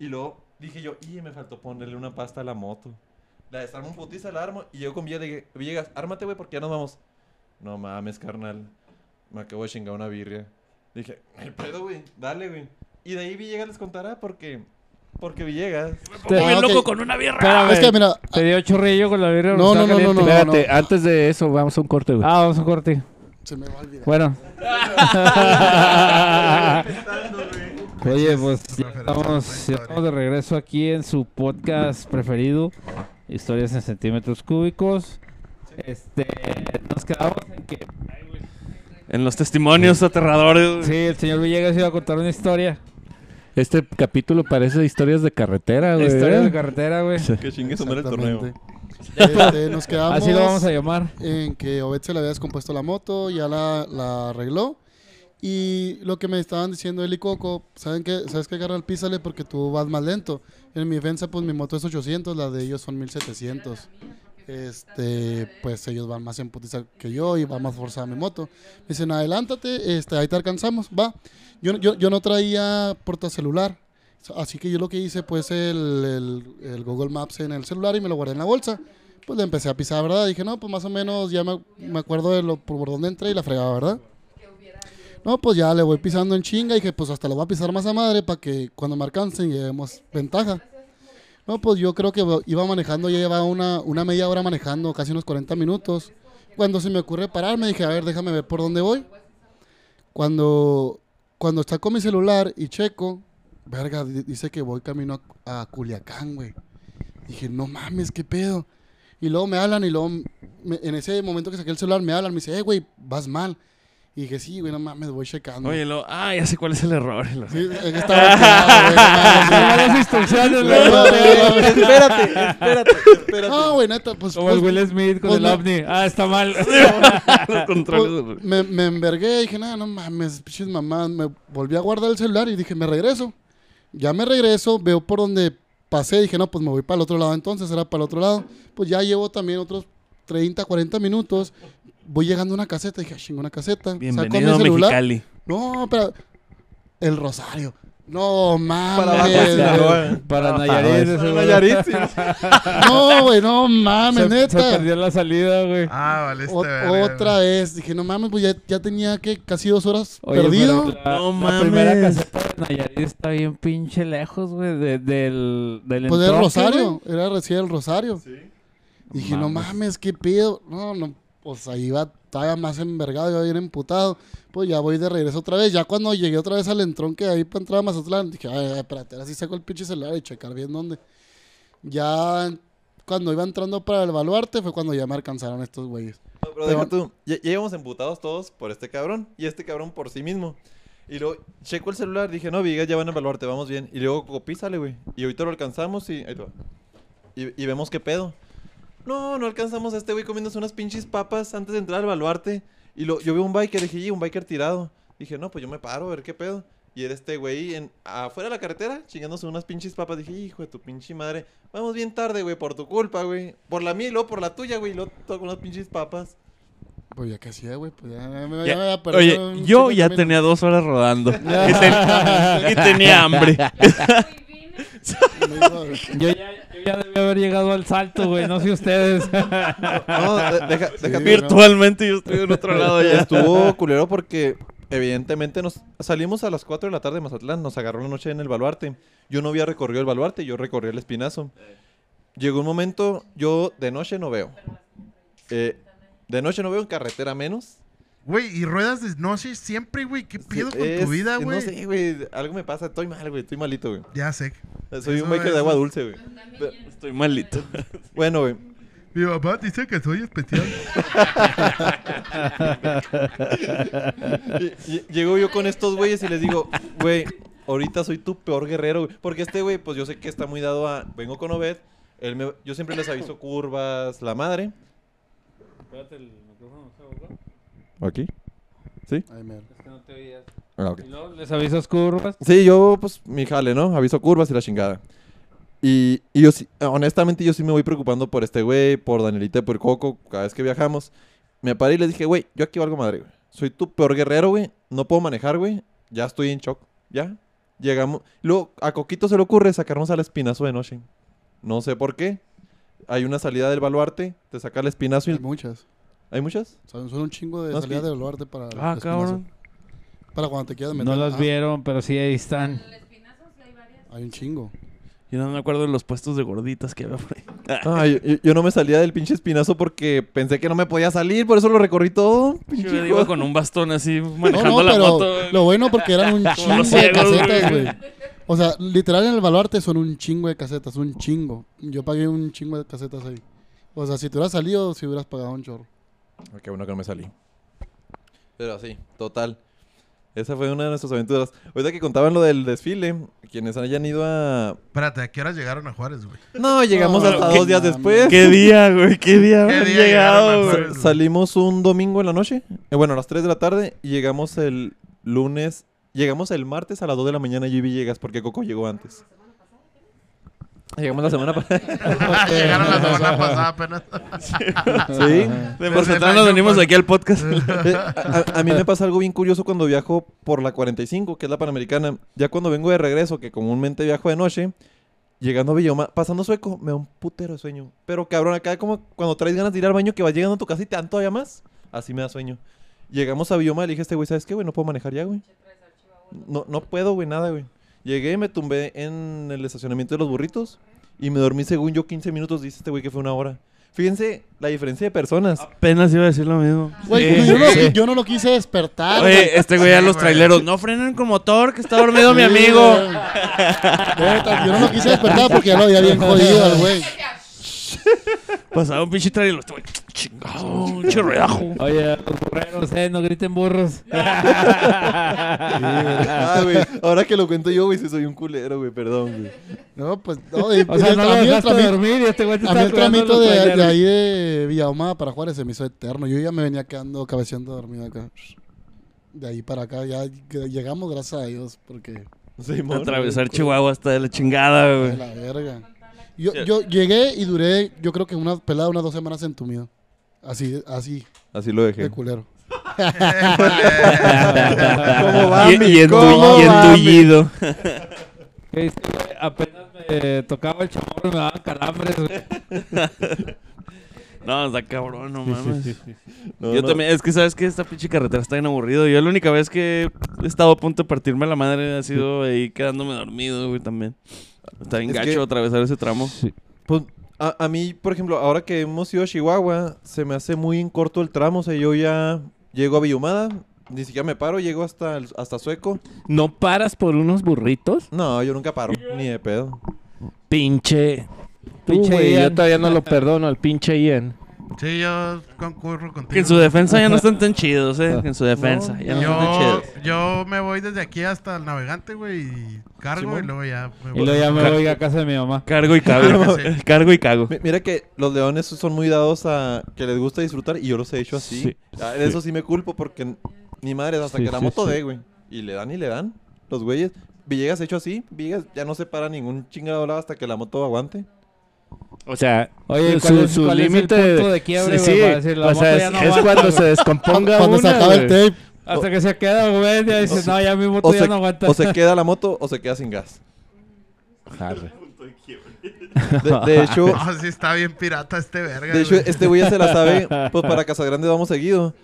Y luego dije yo, y me faltó ponerle una pasta a la moto. La desarmo un putiza, la armo, y yo con Villegas, le dije, Villegas, ármate, güey, porque ya nos vamos. No mames, carnal. Me acabo de chingar una birria. Dije, el pedo, güey, dale, güey. Y de ahí Villegas les contará porque... Porque Villegas... Te, Ah, ok. con una birra. espérame, Es que mira, te dio chorrillo con la birra. No, porque no, estaba no, no, caliente. Espérate, antes de eso, vamos a un corte, güey. Ah, vamos a un corte. se me va a olvidar. Bueno. Oye, pues ya estamos, ya estamos de regreso aquí en su podcast preferido, Historias en Centímetros Cúbicos. Este, nos quedamos en que En los testimonios aterradores. sí, el señor Villegas iba a contar una historia. Este capítulo parece historias de carretera, güey. ¿eh? Historia de carretera, güey. Que chingue su madre el torneo. Exactamente. Este, nos quedamos Así lo vamos a llamar. en que Obed se le había descompuesto la moto, ya la, la arregló. Y lo que me estaban diciendo él y Coco, ¿saben qué? ¿sabes qué, carnal? Písale porque tú vas más lento. En mi defensa, pues mi moto es 800, la de ellos son 1700. Este, pues ellos van más en putiza que yo y va más forzada mi moto. Me dicen, adelántate, este, ahí te alcanzamos, va. Yo, yo, yo no traía portacelular, así que yo lo que hice, pues el, el- el Google Maps en el celular y me lo guardé en la bolsa pues le empecé a pisar, ¿verdad? Dije, no, pues más o menos ya me, me acuerdo de lo por dónde entré y la fregaba, ¿verdad? No, pues ya le voy pisando en chinga y dije, pues hasta lo voy a pisar más a madre para que cuando me alcancen llevemos ventaja. No, pues yo creo que iba manejando, ya llevaba una, una media hora manejando, casi unos 40 minutos. Cuando se me ocurre pararme, dije, a ver, déjame ver por dónde voy. Cuando, cuando saco mi celular y checo, verga, di- dice que voy camino a, a Culiacán, güey. Dije, no mames, qué pedo. Y luego me hablan y luego, me- en ese momento que saqué el celular, me hablan, me dice, eh, güey, vas mal. Y dije, sí, güey, no mames, voy checando. Oye, lo, ah, ya sé cuál es el error. El error. Sí, es que estaba alterado, güey, no mames. instrucciones, güey. güey. espérate, espérate, espérate. No, güey, neta, pues... Como el pues, Will Smith con pues el me- ovni. Ah, está mal. Los controles. me, me envergué y dije, nada, no mames, pinches mamás. Me volví a guardar el celular y dije, me regreso. Ya me regreso, veo por donde pasé. Dije, no, pues me voy para el otro lado entonces, era para el otro lado. Pues ya llevo también otros 30, 40 minutos. Voy llegando a una caseta. Dije, "Ah, chingo, una caseta. Saco mi Bienvenido a celular. Mexicali. No, pero... El rosario. No, Para abajo, mames. güey. Sinaloa. Ah, Para Nayarit, Nayarit. Para Nayarit, sí. No, güey, no mames, Se, se neta. perdió la salida, güey. Ah, vale, este Ot- verga, otra güey. vez. Dije, no mames, pues ya, ya tenía que casi dos horas Oye, perdido. pero La, No la primera mames. caseta de Nayarit está bien pinche lejos, güey, de- del, del Pues era entronque, güey. Rosario, era recién el Rosario. Dije, no Mames. mames, qué pedo. No, no, pues ahí va, estaba más envergado, iba bien emputado. Pues ya voy de regreso otra vez. Ya cuando llegué otra vez al entronque ahí para entrar a Mazatlán, dije, ay, ay, espérate, ahora sí saco el pinche celular y checar bien dónde. Ya cuando iba entrando para el baluarte fue cuando ya me alcanzaron estos güeyes. No, pero deja tú. Ya, ya íbamos emputados todos por este cabrón. Y este cabrón por sí mismo. Y luego checo el celular. Dije, no, Vigas, ya van a evaluarte, vamos bien. Y luego, Coco, písale, güey. Y ahorita lo alcanzamos y. Ahí te va. Y, y vemos qué pedo. No, no alcanzamos a este güey comiéndose unas pinches papas antes de entrar al baluarte. Y lo, yo veo un biker, dije, y un biker tirado. Dije, no, pues yo me paro a ver qué pedo. Y era este güey en, afuera de la carretera, chingándose unas pinches papas. Dije, hijo de tu pinche madre. Vamos bien tarde, güey, por tu culpa, güey. Por la mía y luego por la tuya, güey. Y luego todo con unas pinches papas. Pues ya que hacía, güey, pues ya, ya me Ya- ya me había Oye, perdido un yo chingo de ya camino. tenía dos horas rodando. y, ten- y tenía hambre. Me dijo, Yo ya, yo ya debí haber llegado al salto, güey. No sé ustedes. No, de- deja, deja- Sí. Virtualmente yo estoy en otro lado ya. Estuvo culero porque evidentemente nos salimos a las 4 de la tarde de Mazatlán, nos agarró la noche en el baluarte. Yo no había recorrido el baluarte, yo recorrí el espinazo. Llegó un momento, yo de noche no veo. Eh, de noche no veo en carretera menos. Güey, y ruedas de noche siempre, güey. ¿Qué pedo con Es- tu vida, güey? No sé, güey, algo me pasa, estoy mal, güey, estoy malito, güey. Ya sé. Soy Eso un biker es- de agua dulce, güey. Estoy malito. Bueno, güey. Mi papá dice que soy especial. Y- y- Llego yo con estos güeyes y les digo, güey, ahorita soy tu peor guerrero, güey. Porque este güey, pues yo sé que está muy dado a. Vengo con Obed. Él me- yo siempre les aviso curvas, la madre. ¿Aquí? Ay, mierda. Ah, ok. Y luego les avisas curvas. Sí, yo, pues, mi jale, ¿no? Aviso curvas y la chingada. Y, y yo, sí- honestamente, yo sí me voy preocupando por este güey, por Danielita, y por Coco, cada vez que viajamos. Me paré y les dije, güey, yo aquí valgo madre, güey. Soy tu peor guerrero, güey. No puedo manejar, güey. Ya estoy en shock. Ya. Llegamos. Luego, a Coquito se le ocurre sacarnos al espinazo de noche. No sé por qué. Hay una salida del baluarte, te saca el espinazo Hay y... muchas. ¿Hay muchas? Son, son un chingo de No, es salidas que- del baluarte para. el Ah, espinazo. cabrón. Para cuando te quieras meter. No las Ah, vieron, pero sí ahí están. Hay un chingo. Yo no me acuerdo de los puestos de gorditas que había por ahí. Ay, yo, yo no me salía del pinche espinazo porque pensé que no me podía salir, por eso lo recorrí todo. pinche Yo hijo. iba con un bastón así No, manejando no, la pero moto. lo bueno porque eran un chingo los de ciegos, casetas, güey. güey. O sea, literal en el baluarte son un chingo de casetas, un chingo. Yo pagué un chingo de casetas ahí. O sea, si tú hubieras salido, si hubieras pagado un chorro. Ah, Qué bueno que no me salí. Pero así, total. Esa fue una de nuestras aventuras. Ahorita que contaban lo del desfile, quienes hayan ido a... Espérate, ¿a qué horas llegaron a Juárez, güey? No, llegamos No, hasta qué dos días mames. después. ¿Qué día, güey? ¿Qué día ¿Qué han día llegaron, llegado, Manuel? güey? Sa- Salimos un domingo en la noche, eh, bueno, a las 3 de la tarde, y llegamos el lunes, llegamos el martes a las 2 de la mañana y Villegas, porque Coco llegó antes. Llegamos la semana pasada. llegaron la semana pasada apenas. sí. De Desde Mazatlán nos Mayo, venimos pues. aquí al podcast. Eh, A, a mí me pasa algo bien curioso cuando viajo por la 45, que es la Panamericana. Ya cuando vengo de regreso, que comúnmente viajo de noche, llegando a Villoma, pasando sueco, me da un putero de sueño. Pero cabrón, acá como cuando traes ganas de ir al baño, que vas llegando a tu casa y te dan todavía más. Así me da sueño. Llegamos a Villoma, le dije a este güey, ¿sabes qué, güey? No puedo manejar ya, güey. No, no puedo, güey, nada, güey. Llegué, me tumbé en el estacionamiento de los burritos y me dormí según yo 15 minutos. Dice este güey que fue una hora. Fíjense la diferencia de personas. Apenas iba a decir lo mismo. Güey, Sí. yo, no, Sí. yo no lo quise despertar. güey. Oye, este güey a Sí, los güey. traileros. No frenen con motor, que está dormido mi amigo. Sí, güey. Neta, Yo no lo quise despertar porque ya lo había bien jodido al güey. Pasaba un pinche trailer. Este güey, chingado, un chirreajo. Oye, los burreros, eh, no griten burros. Ah, güey. Ahora que lo cuento yo, güey, sí soy un culero, güey. Perdón, güey. No, pues, no, y- O sea, y- no a lo mí el dejaste trami- dormir y este güey te A mí está el cuidando tramito los de, de traileros. ahí de Villahumada para Juárez se me hizo eterno. Yo ya me venía quedando cabeceando dormido acá. De ahí para acá ya que- llegamos, gracias a Dios, porque Simón. Atravesar Chihuahua hasta de la chingada, de güey. la verga. Yo, yo llegué y duré, yo creo que una pelada, unas dos semanas entumido. Así, así, Así lo de dejé. culero. ¿Cómo va, Y, mi? y, entu- ¿Cómo y va, mi? entullido. ¿Qué dices, güey? Apenas me tocaba el chamorro y me daban calambres, güey. No, está cabrón, no mames. No, Yo no. también, es que sabes que esta pinche carretera está bien aburrido. Yo la única vez que he estado a punto de partirme la madre ha sido ahí quedándome dormido, güey, también. Está bien Es gacho que- atravesar ese tramo. Pues, a, a mí, por ejemplo, ahora que hemos ido a Chihuahua, se me hace muy en corto el tramo. O sea, yo ya llego a Villumada, ni siquiera me paro, llego hasta, el- hasta Sueco. ¿No paras por unos burritos? No, yo nunca paro, ni de pedo. Pinche. Tú, Pinche güey, Ian. yo todavía no lo perdono, al pinche Ian. Sí, yo concurro contigo. Que en su defensa ya no están tan chidos, eh. Que en su defensa ya no están tan yo, chidos. yo me voy desde aquí hasta el navegante, güey, y cargo Simón. y luego ya me Y luego ya me voy a casa de mi mamá. Cargo y cago. Sí. Cargo y cago. Mi- Mira que los leones son muy dados a que les gusta disfrutar y yo los he hecho así. Sí, Ah, en Eso sí me culpo porque n- ni madre, hasta Sí, que la sí, moto sí. dé, güey. Y le dan y le dan los güeyes. Villegas hecho así, Villegas ya no se para ningún chingado lado hasta que la moto aguante. O sea, Oye, ¿cuál su, es- su cuál es el límite punto de quiebre, sí, güey, para decir, la o moto sea, ya es, no es aguanta, cuando güey? se descomponga Cuando se una, acaba el güey. tape, Hasta que se queda, güey, ya dices, no, ya mi moto O ya se, no aguanta. o se queda la moto o se queda sin gas. Jarre. De, de hecho, No, sí está bien pirata este verga, de hecho, güey. este güey ya se la sabe, pues para Casas Grandes vamos seguido.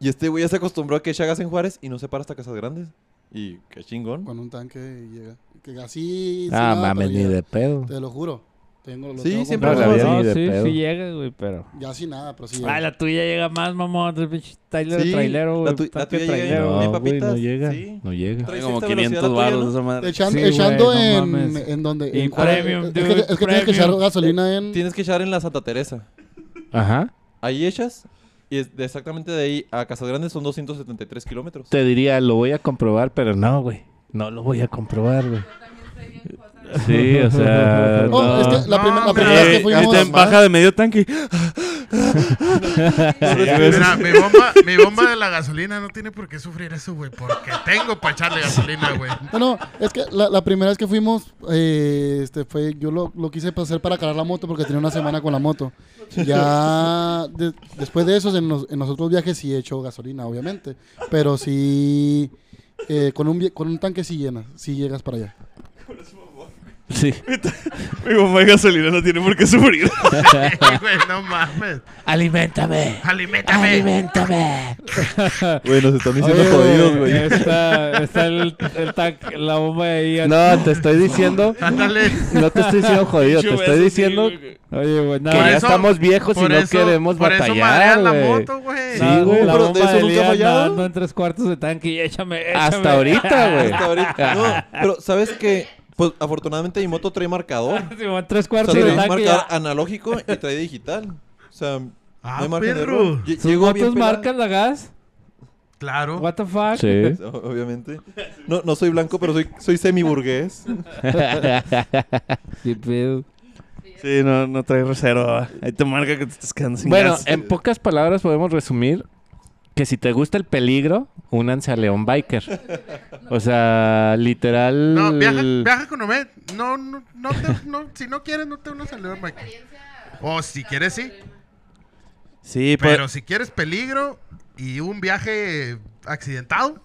Y este güey ya se acostumbró a que echa gas en Juárez y no se para hasta Casas Grandes. Y qué chingón. con un tanque y llega. Que así. sin Ah, nada, mames, pero ni pues ya. de pedo. Te lo juro. Tengo, lo Sí, tengo siempre comprobado. lo había no, ni de sí, pedo. sí llega, güey, pero... Ya sin nada, pero sí. Ay, Ah, la tuya llega más, mamón. El pinche Tyler Sí, trailero, güey. la tu- la tanque tuya llega trailero. No, güey, güey, papitas, no llega. sí. No llega. Trae Traes como esta velocidad 500 la tuya, baros ¿no? esa madre. Echan- Sí, güey, echando no en, mames. en donde. Y en Juárez. premium, es que, es que dude, tienes que echar premium. gasolina en. Tienes que echar en la Santa Teresa. Ajá. Ahí echas y es- de exactamente de ahí a Casas Grandes son 273 kilómetros. Te diría, lo voy a comprobar, pero no, güey. No lo voy a comprobar, güey. Sí, o sea, Oh, no. es que la, No, primer- la hombre. primera vez que Eh, fuimos. Cristian, baja de medio tanque. Mira, mi bomba, mi bomba de la gasolina no tiene por qué sufrir eso, güey, porque tengo para echarle gasolina, güey. No, no, es que la, la primera vez que fuimos, eh, este, fue, yo lo, lo quise hacer para cargar la moto porque tenía una semana con la moto. Ya de- después de eso, en los, en los otros viajes sí he hecho gasolina, obviamente. Pero sí, eh, con, un, vie- con un tanque sí llenas, sí llegas para allá. Sí. Mi bomba de gasolina no tiene por qué sufrir. Sí, güey, no mames. Aliméntame. Aliméntame. Aliméntame. Güey, nos están Oye, Está, está el, el tanque, la bomba de ahí. No, te estoy diciendo. Ándale. No te estoy diciendo jodido, te Chubeso, estoy sí, diciendo que güey. Oye, güey, nada. Por ya eso- estamos viejos y Por no eso- queremos por eso batallar, madrean la güey. moto, güey. Sí, güey. La Pero bomba de eso de nunca ha Lian fallado. nadando en tres cuartos de tanque y échame, échame. Hasta ahorita, güey. Hasta ahorita. No, pero ¿sabes que Pues afortunadamente mi moto trae marcador. Ah, Sí, güey, tres O sea, cuartos trae de un tanque. marcador ah, ya. analógico y trae digital. O sea, Ah, no hay margen de perro. error. Lle- ¿Sus llegó bien motos pelada. marcan la gas? Claro. What the fuck? Sí. O- Obviamente. No, no soy blanco, pero soy, soy semiburgués. Sí, pedo. Sí, no, no trae reserva. Ahí te marca que te estás quedando sin Bueno, em, gas. en pocas palabras podemos resumir que si te gusta el peligro, únanse a León Biker. O sea, literal. No, viaja, viaja con Omed. No, no, no, te- no, si no quieres, no te unas al León Michael. O si quieres, sí. sí, pero... Pero si quieres peligro y un viaje accidentado.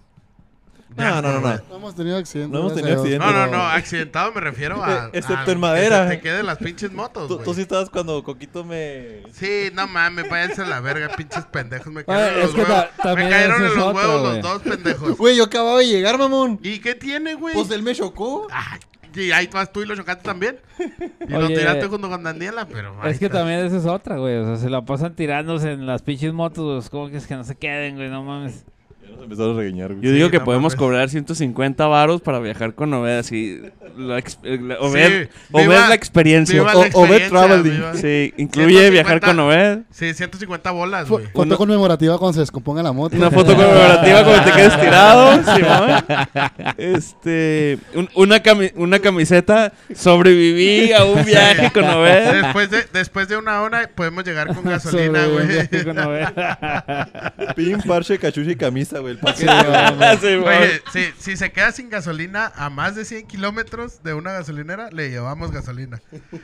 No, no, no, no. No hemos tenido accidentes. No hemos gracias tenido a Dios. No, no, no, Pero- accidentado me refiero a. Eh, excepto a en que madera. se Te queden las pinches motos. Tú, tú güey. sí estabas cuando Coquito me... Sí, no mames, váyanse a la verga, pinches pendejos. Me Oye, cayeron en es los que ta- huevos, también me cayeron ese en es los otro, huevos güey. los dos pendejos. Güey, yo acababa de llegar, mamón. ¿Y qué tiene, güey? Pues él me chocó. Ay, Y ahí vas tú y lo chocaste también. Y lo Oye, tiraste junto con Daniela, pero. ahí Es que está. también esa es otra, güey. O sea, se la pasan tirándose en las pinches motos, güey. Es como que es que no se queden, güey, no mames. Ya nos empezaron a regañar, güey. Yo digo Sí, que no podemos mames. cobrar 150 varos para viajar con Oved así. la ex- eh, la- Oved, Sí, Oved viva- la experiencia. viva la O- experiencia, traveling. viva. Sí, incluye viajar 150. con Oved. Sí, 150 bolas, Fo- güey. Foto Uno- conmemorativa cuando se descomponga la moto. Una foto conmemorativa cuando te quedes tirado, Simón. Este, un- una, cami- una camiseta. Sobreviví a un viaje con Oved. Después de, después de una hora podemos llegar con gasolina, güey. Sobreviviente con novedad. Pin, parche, cachucha y camisa, güey. El Sí, paquete. güey. Simón. Oye, si, si se queda sin gasolina a más de 100 kilómetros de una gasolinera, le llevamos gasolina.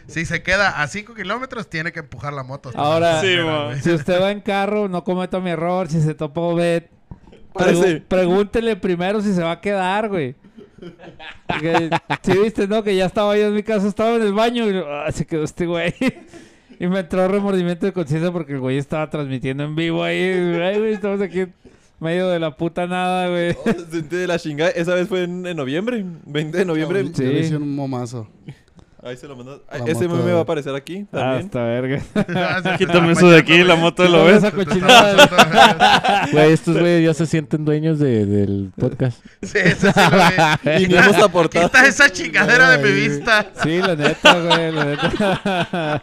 Si se queda a 5 kilómetros, tiene que empujar la moto. hasta la Ahora- Sí, gasolinera, mo. güey. si usted va en carro, no cometa mi error. Si se topó, Bet. pregu- Parece. pregúntele primero si se va a quedar, güey. Que- sí, viste, ¿no? Que ya estaba yo en mi casa, estaba en el baño y lo- ah, se quedó este güey. Y me entró remordimiento de conciencia porque el güey estaba transmitiendo en vivo ahí. Ay, güey, estamos aquí en medio de la puta nada, güey. Oh, se siente de la chingada. Esa vez fue en, en noviembre. 20 de noviembre. Yo le Sí. hice un momazo. Ahí se lo mandó. Ah, La Ese moto meme de- va a aparecer aquí también. Hasta verga. Ah, se te Quítame está eso de manchando, aquí, la güey. moto lo ves. Esa cochinada. Güey, estos güeyes ya se sienten dueños de- del podcast. Sí, eso sí lo ve. Y ni hemos aportado. Quita esa chingadera de mi Ay. vista. Sí, la neta, güey, la neta.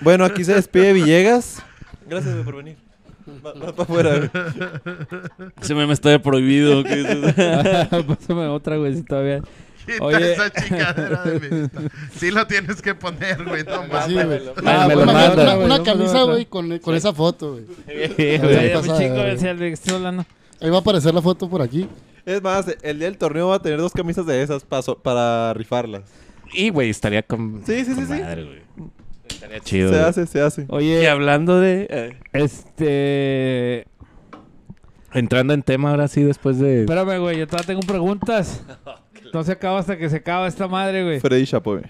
Bueno, aquí se despide Villegas. Gracias güey, por venir. Va, para afuera. güey. Ese meme está de prohibido. ¿qué dices? Pásame otra, güey, si todavía. Quita Oye. esa chingadera de mi vista. Sí lo tienes que poner, güey. No Sí, mames. güey. Ah, me lo una- manda. una- Me Una lo camisa, manda. güey, con, con esa foto, güey. Güey, ya me pasada, chingo, güey. decía el Alex, estoy hablando. Ahí va a aparecer la foto por aquí. Es más, el día del torneo va a tener dos camisas de esas pa so- para rifarlas. Y, güey, estaría con. Sí, sí, con sí, sí. madre, güey. Estaría chido. Se güey. hace, se hace. Y Oye, hablando de. eh, este. Entrando en tema ahora sí, después de. Espérame, güey, yo todavía tengo preguntas. No se acaba hasta que se acaba esta madre, güey. Freddy Chapoy.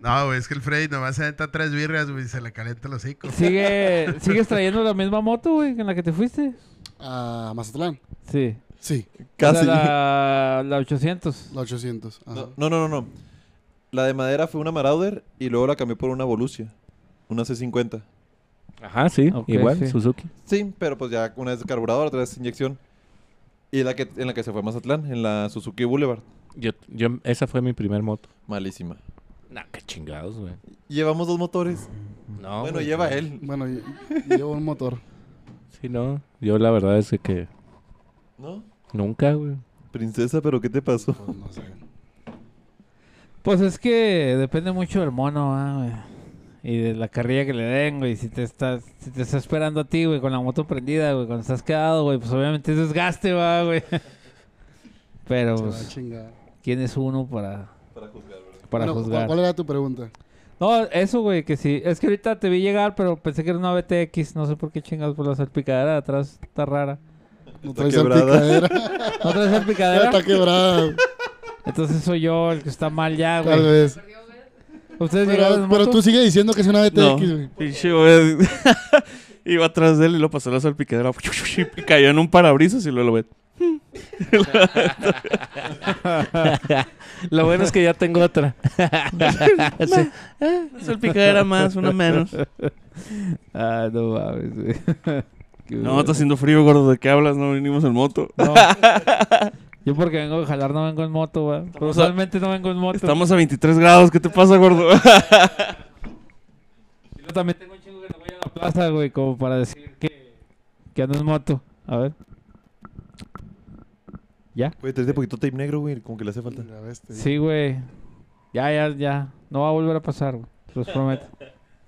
No, güey, es que el Freddy nomás se aventa tres birrias, güey, y se le calienta los hocico. Sigue, ¿Sigues trayendo la misma moto, güey, en la que te fuiste? A Mazatlán. Sí. Sí, O sea, Casi. la, la 800. la 800. Ajá. No, no, no, no, no. La de madera fue una Marauder y luego la cambió por una Volusia. Una C50. Ajá, sí, Ok, igual, sí. Suzuki. Sí, pero pues ya una es carburador, otra es inyección. Y la que, en la que se fue a Mazatlán, en la Suzuki Boulevard. Yo, yo, esa fue mi primer moto. Malísima. Nah, qué chingados, güey. Llevamos dos motores. No. bueno, güey, lleva no. él. Bueno, y- y llevo un motor. Sí, no. Yo la verdad es de que ¿No? nunca, güey. Princesa, pero ¿qué te pasó? Pues no sé. Pues es que depende mucho del mono, ah, güey. Y de la carrilla que le den, güey. Si te estás, si te está esperando a ti, güey, con la moto prendida, güey, cuando estás quedado, güey, pues obviamente es desgaste, va, güey. Pero, Se va a pues, chingar. ¿quién es uno para, Para juzgar, ¿verdad? para Bueno, ¿cu- juzgar? ¿Cuál era tu pregunta? No, eso, güey, que sí. Es que ahorita te vi llegar, pero pensé que era una BTX. No sé por qué chingados por la salpicadera de atrás. Está rara. No Está traes quebrada. salpicadera. ¿No traes salpicadera? Está quebrada. Entonces soy yo el que está mal ya, Tal güey. vez. ¿Ustedes llegaron Pero, en pero moto? tú sigues diciendo que es una BTX, No, güey. pinche Obed. Iba atrás de él y lo pasó la salpicadera. Y cayó en un parabrisas y luego lo ve. Lo bueno es que ya tengo otra. Sí. Una salpicadera más, una menos. Ah, no mames, güey. Qué No, bueno. está haciendo frío, gordo. ¿De qué hablas? No vinimos en moto. No. Yo porque vengo de jalar no vengo en moto, güey. Pero Estamos a- usualmente no vengo en moto. Estamos a 23 grados. ¿Qué te pasa, gordo? Yo también tengo un chingo que no voy a la plaza, güey, como para decir que, que ando en moto. A ver. ¿Ya? Güey, traes de poquito tape negro, güey. Como que le hace falta. La bestia. Sí, güey. Ya, ya, ya. No va a volver a pasar, güey. Se Los prometo.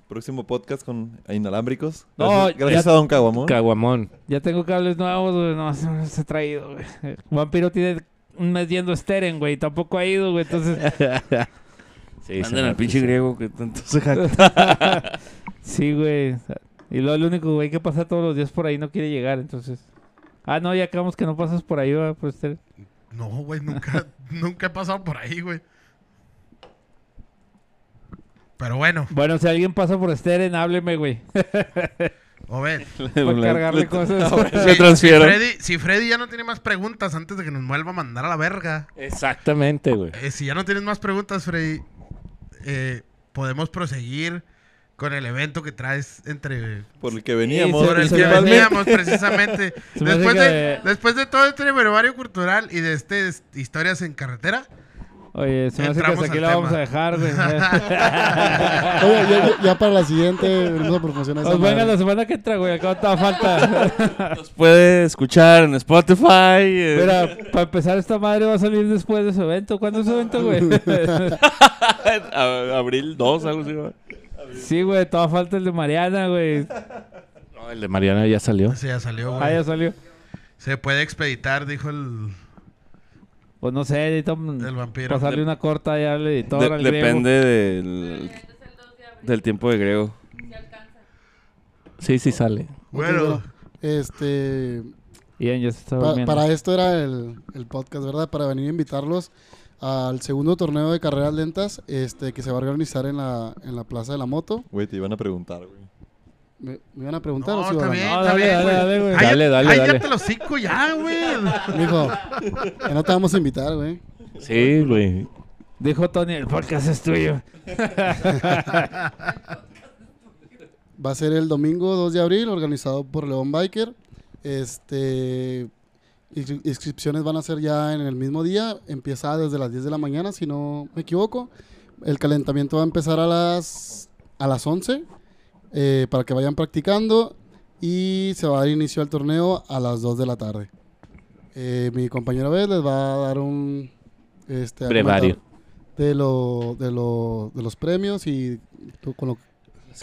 Próximo podcast con inalámbricos. No, Gracias, ya- gracias a Don Caguamón. Caguamón. Ya tengo cables nuevos, güey. No, se me los he traído, güey. Vampiro tiene un mes yendo a Steren, güey. Tampoco ha ido, güey. Entonces, Sí, Andan al pinche griego que tanto se jacta. sí, güey. Y luego el único güey que pasa todos los días por ahí no quiere llegar, entonces. Ah, no, ya acabamos que no pasas por ahí, güey, por Steren. No, güey, nunca, nunca he pasado por ahí, güey. Pero bueno, Bueno, si alguien pasa por Steren, hábleme, güey. Obed. Para cargarle cosas. Le transfiero. Si Freddy, si Freddy ya no tiene más preguntas antes de que nos vuelva a mandar a la verga. Eh. Exactamente, güey. Eh, si ya no tienes más preguntas, Freddy, eh, podemos proseguir con el evento que traes entre... Por el que veníamos. Por el que principalmente. veníamos precisamente. Se me hace después, de, que- después de todo este brevario cultural y de este es- Historias en Carretera, Oye, se me hace que Entramos hasta aquí al la vamos tema. a dejar, güey. Oye, ya, ya- ya para la siguiente venimos a promocionar esa Pues venga madre. la semana que entra, güey. Acá toda falta. Nos puede escuchar en Spotify. eh, Mira, para empezar, esta madre va a salir después de su evento. ¿Cuándo es su evento, güey? a- abril 2, algo así. güey. sí, güey, toda falta el de Mariana, güey. No, el de Mariana ya salió. se ya salió, güey. Ah, ya salió. Se puede expeditar, dijo el, Pues no sé, edito. el vampiro. Pasarle una corta ya al editor, De- al griego. depende del, del tiempo de griego. Sí, sí sale. Bueno, Este, Ian, ya se está pa- durmiendo. para esto era el, el podcast, ¿verdad? Para venir a invitarlos al segundo torneo de carreras lentas este, que se va a organizar en la, en la Plaza de la Moto. Güey, te iban a preguntar, güey. ¿Me, me iban a preguntar no, o sí, está Iván? bien, No, está dale, bien, dale, güey. dale, güey. Cállate- Dale, dale, cállate dale. los cinco ya, güey. Mijo, ya no te vamos a invitar, güey. Sí, güey. Dijo Tony, el podcast es tuyo. Va a ser el domingo 2 de abril, organizado por León Biker. Este, inscri- inscripciones van a ser ya en el mismo día. Empieza desde las 10 de la mañana, si no me equivoco. El calentamiento va a empezar a las, a las 11 eh, para que vayan practicando. Y se va a dar inicio al torneo a las 2 de la tarde. Eh, mi compañero Beth les va a dar un este, Brevario. argumento De, lo, de, lo- de los premios y tú con lo que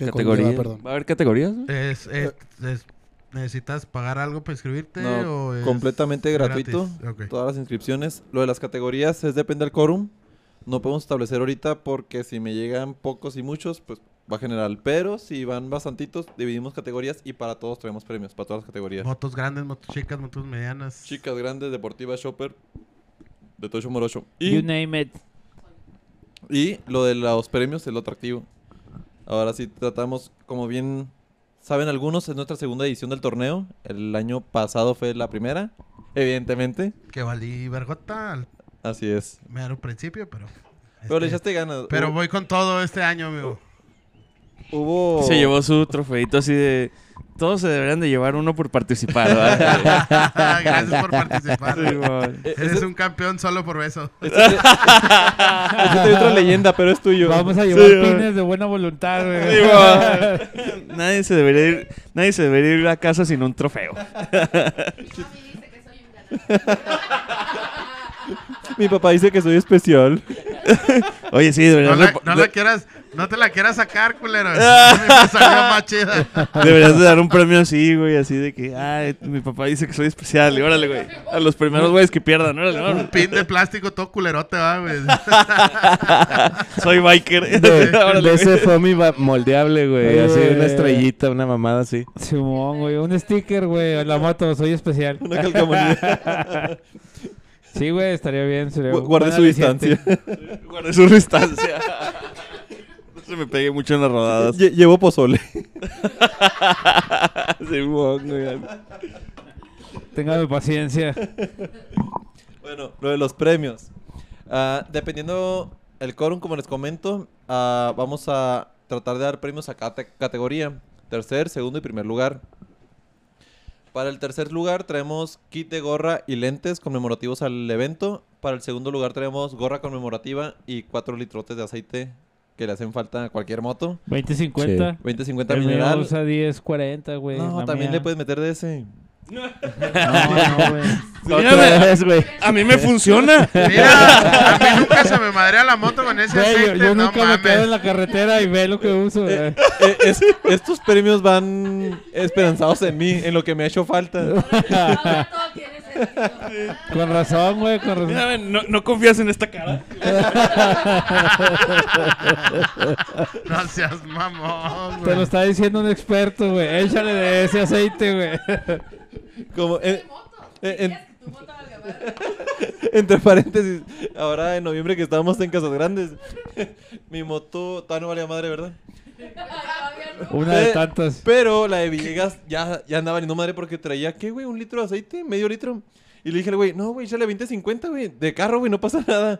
Categoría. conlleva, perdón. ¿Va a haber categorías? güey? Es, es- es- ¿Necesitas pagar algo para inscribirte? No, o es completamente gratis? gratuito. Ok. Todas las inscripciones. Lo de las categorías es depende del quórum. No podemos establecer ahorita porque si me llegan pocos y muchos, pues va a generar. Pero si van bastantitos, dividimos categorías y para todos traemos premios, para todas las categorías. Motos grandes, motos chicas, motos medianas. Chicas grandes, deportivas, shopper, de Tocho Morocho. You Y, name it. y lo de los premios es lo atractivo. Ahora sí tratamos, como bien saben algunos, es nuestra segunda edición del torneo. El año pasado fue la primera, evidentemente. Que valí vergota al Así es. mero principio, pero... Pero le este, echaste ganas. pero Hubo- voy con todo este año, amigo. Oh. Hubo... Se llevó su trofeito así de... Todos se deberían de llevar uno por participar. ¿verdad? Gracias por participar. Eh, Eres un campeón solo por eso. Esta es otra leyenda, pero es tuyo. Vamos a llevar pines de buena voluntad, güey. nadie, se debería ir, nadie se debería ir a casa sin un trofeo. Mi papá dice que soy especial. Oye, sí, deberías, No la, de- no de- la quieras, no te la quieras sacar, culero. Me salió más chida. deberías de dar un premio así, güey. Así de que, ay, mi papá dice que soy especial. Y órale, güey. A los primeros güeyes que pierdan, órale, Un órale. pin de plástico todo culerote, va, güey. Soy biker. De, Órale, de güey. ese foamy va- moldeable, güey. Así, Oye. una estrellita, una mamada así. Simón, güey. Un sticker, güey. en La moto, soy especial. Una calcamonía. Sí, güey, estaría bien. sería Gu- un Guarde buen su aliciente. distancia. Guardé su distancia. No se me pegue mucho en las rodadas. Lle- Llevo pozole. Simón, güey. Téngame paciencia. Bueno, lo de los premios. Ah, dependiendo el quórum, como les comento, ah, vamos a tratar de dar premios a cada categoría. Tercer, segundo y primer lugar. Para el tercer lugar traemos kit de gorra y lentes conmemorativos al evento. Para el segundo lugar traemos gorra conmemorativa y cuatro litrotes de aceite que le hacen falta a cualquier moto. 20-50. 20-50 El mío mineral. usa 10-40, güey. No, la también mía. le puedes meter de ese. No, no, güey. Mírame. Otra vez, güey. A mí me funciona. Mira, a mí nunca se me madrea la moto con ese Güey, yo, aceite. yo no nunca me mames. quedo en la carretera y ve lo que uso, güey. Eh, es- estos premios van esperanzados en mí, en lo que me ha hecho falta. Ahora todo tiene sentido. Con razón, güey, con razón. Mírame, no, no confías en esta cara. No seas mamón, Te lo güey. está diciendo un experto, güey. Échale de ese aceite, güey. Como, eh, ¿Qué eh, en- quieres que tu moto valga madre? entre paréntesis, ahora en noviembre que estábamos en Casas Grandes, mi moto todavía no valía madre, ¿verdad? Ay, todavía Una Eh. de tantas. Pero la de Villegas ya, ya andaba valiendo madre porque traía, ¿qué, güey? ¿Un litro de aceite? ¿Medio litro? Y le dije al güey, no, güey, échale 20, 50, güey, de carro, güey, no pasa nada.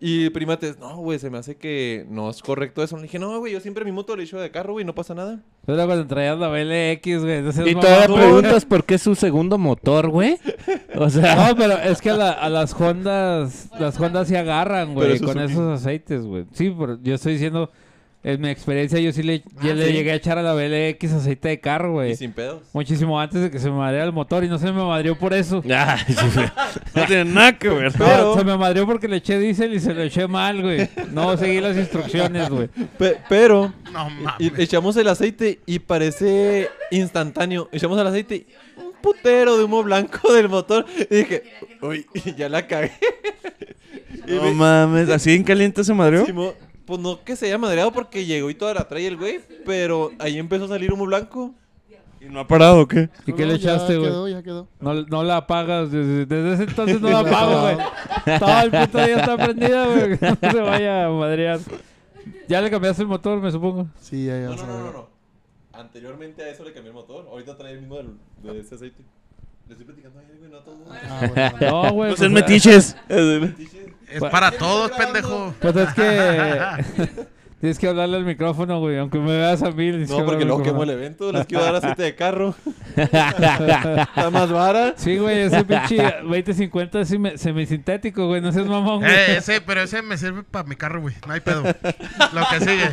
Y Primates, no, güey, se me hace que no es correcto eso. Le dije, no, güey, yo siempre mi moto le echo de carro, güey, no pasa nada. Era cuando traías la BLX, güey. no seas Y todavía mamón. preguntas por qué es su segundo motor, güey. O sea, No, pero es que a, la- a las Hondas, las Hondas se agarran, Pero güey, eso es con un- esos aceites, güey. Sí, pero yo estoy diciendo, en mi experiencia, yo sí le, ya Ah, le sí. llegué a echar a la BLX aceite de carro, Y güey. sin pedos. Muchísimo antes de que se me madreara el motor y no se me madreó por eso. Ah, sí, güey. no tiene nada que ver. No, Pero- Ah, se me madreó porque le eché diésel y se lo eché mal, güey. No seguí las instrucciones, güey. Pe- pero No y- mames. echamos el aceite y parece instantáneo. Echamos el aceite y un putero de humo blanco del motor. Y dije, uy, ya la cagué. Y No me- mames, así en caliente se madrió. Simón, pues no que se haya madreado porque llegó y toda la trae el güey, pero ahí empezó a salir humo blanco. ¿Y no ha parado o qué? ¿Y qué le echaste, Ya güey? quedó, ya quedó. No, no la apagas. Desde, desde ese entonces no la apago, güey. Todo el puto día está prendida, güey. No se vaya a madrear. Ya le cambiaste el motor, me supongo. Sí, ya, ya. No, se no, la no, no, verga. no. Anteriormente a eso le cambié el motor, ahorita trae el mismo del- de ese aceite. Le estoy platicando ayer, güey, no a todo. Ah, bueno. No, güey. No sean pues, metiches. Es para todos, pendejo. pues es que. Tienes que hablarle al micrófono, güey. Aunque me veas a mí. No, porque luego quemó el evento, les quiero dar aceite de carro. Está más vara. Sí, güey, ese pinche 2050 es semi- semisintético, güey. No seas mamón, güey. Eh, ese, pero ese me sirve para mi carro, güey. No hay pedo. Lo que sigue.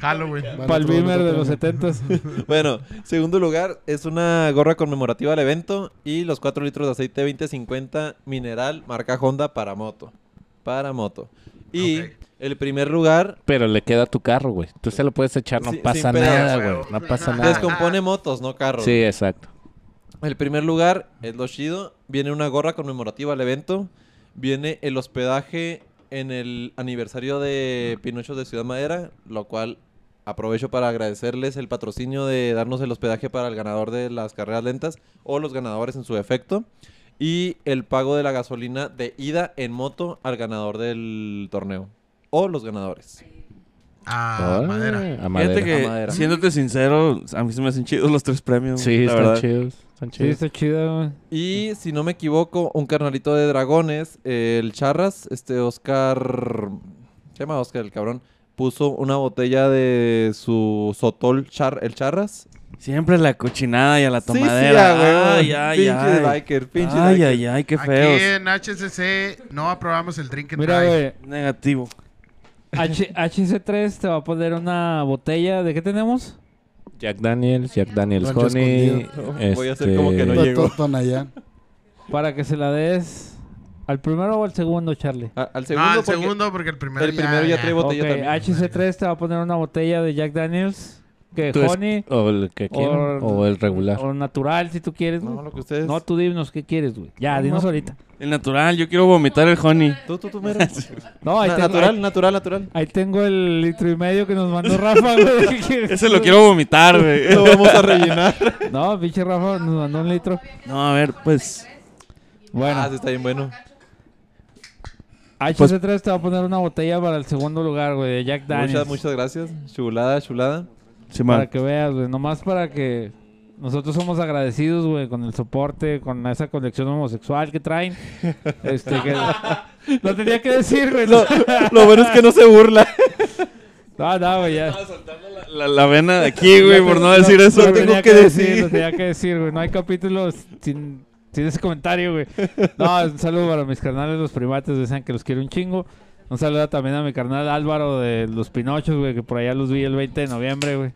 Halloween. Vale, Pal otro, Beamer otro, de otro. los 70s. Bueno, segundo lugar, es una gorra conmemorativa al evento y los 4 litros de aceite 2050 mineral marca Honda para moto. Para moto. Y Ok. el primer lugar pero le queda a tu carro, güey. Tú se lo puedes echar, no Sí, sin pasa pedos, nada, güey. güey. No pasa nada. Descompone motos, no carros. Sí, exacto. El primer lugar es lo chido. Viene una gorra conmemorativa al evento. Viene el hospedaje en el aniversario de Pinocho de Ciudad Madera, lo cual aprovecho para agradecerles el patrocinio de darnos el hospedaje para el ganador de las carreras lentas o los ganadores en su defecto. Y el pago de la gasolina de ida en moto al ganador del torneo. O los ganadores. Ah, Ah, madera. A Fíjate madera. que, A madera. siéndote sincero, a mí se me hacen chidos los tres premios. Sí, la están verdad. chidos. Están Sí, chidos. está chido, güey. Y si no me equivoco, un carnalito de dragones, el Charras, este Oscar. Se llama Oscar el cabrón. Puso una botella de su Sotol Char, el Charras. Siempre la cochinada y a la Sí, sí, tomadera. ah, güey, ay, ay, pinches ay. biker, pinches ay, biker. ay, ay, qué Aquí feos. en HCC no aprobamos el drink and Mira, drive. güey. Negativo. H- HC3 te va a poner una botella. ¿De qué tenemos? Jack Daniels, Jack Daniels Rancho Honey. escondido. Voy a hacer como que no este, llego. llegó. To- Tonayán. Para que se la des al primero o al segundo, Charlie. A- al segundo, No, el porque segundo porque el primero el primero ya trae Ok, botella también. HC3 te va a poner una botella de Jack Daniels. Que tú es- honey O el que quieran, o el regular. o natural, si tú quieres. No, güey. lo que ustedes. No, tú dinos qué quieres, güey. Ya, dinos ahorita. El natural, yo quiero vomitar el honey. Tú, tú, tú, mero. No, ahí, Na- tengo, natural, ahí- natural, natural. ahí tengo el litro y medio que nos mandó Rafa, güey. ¿Qué quieres? Ese lo quiero vomitar, güey. Lo vamos a rellenar. No, pinche Rafa nos mandó un litro. No, a ver, pues. Bueno, Ah, sí, está bien bueno. HC3 te va a poner una botella para el segundo lugar, güey, de Jack Daniels. Muchas, muchas gracias. Chulada, chulada. Simón. Para que veas, güey. Nomás para que nosotros somos agradecidos, güey, con el soporte, con esa conexión homosexual que traen. Este, que... Lo tenía que decir, güey. No, Lo bueno es que no se burla. no, no, güey, ya. La, la vena de aquí, güey, por no decir eso. Lo güey. tenía Tengo que que decir, decir. lo tenía que decir, güey. No hay capítulos sin, sin ese comentario, güey. No, un saludo para mis carnales, los primates, desean que los quiero un chingo. Un saludo también a mi carnal Álvaro de los Pinochos, güey, que por allá los vi el 20 de noviembre, güey.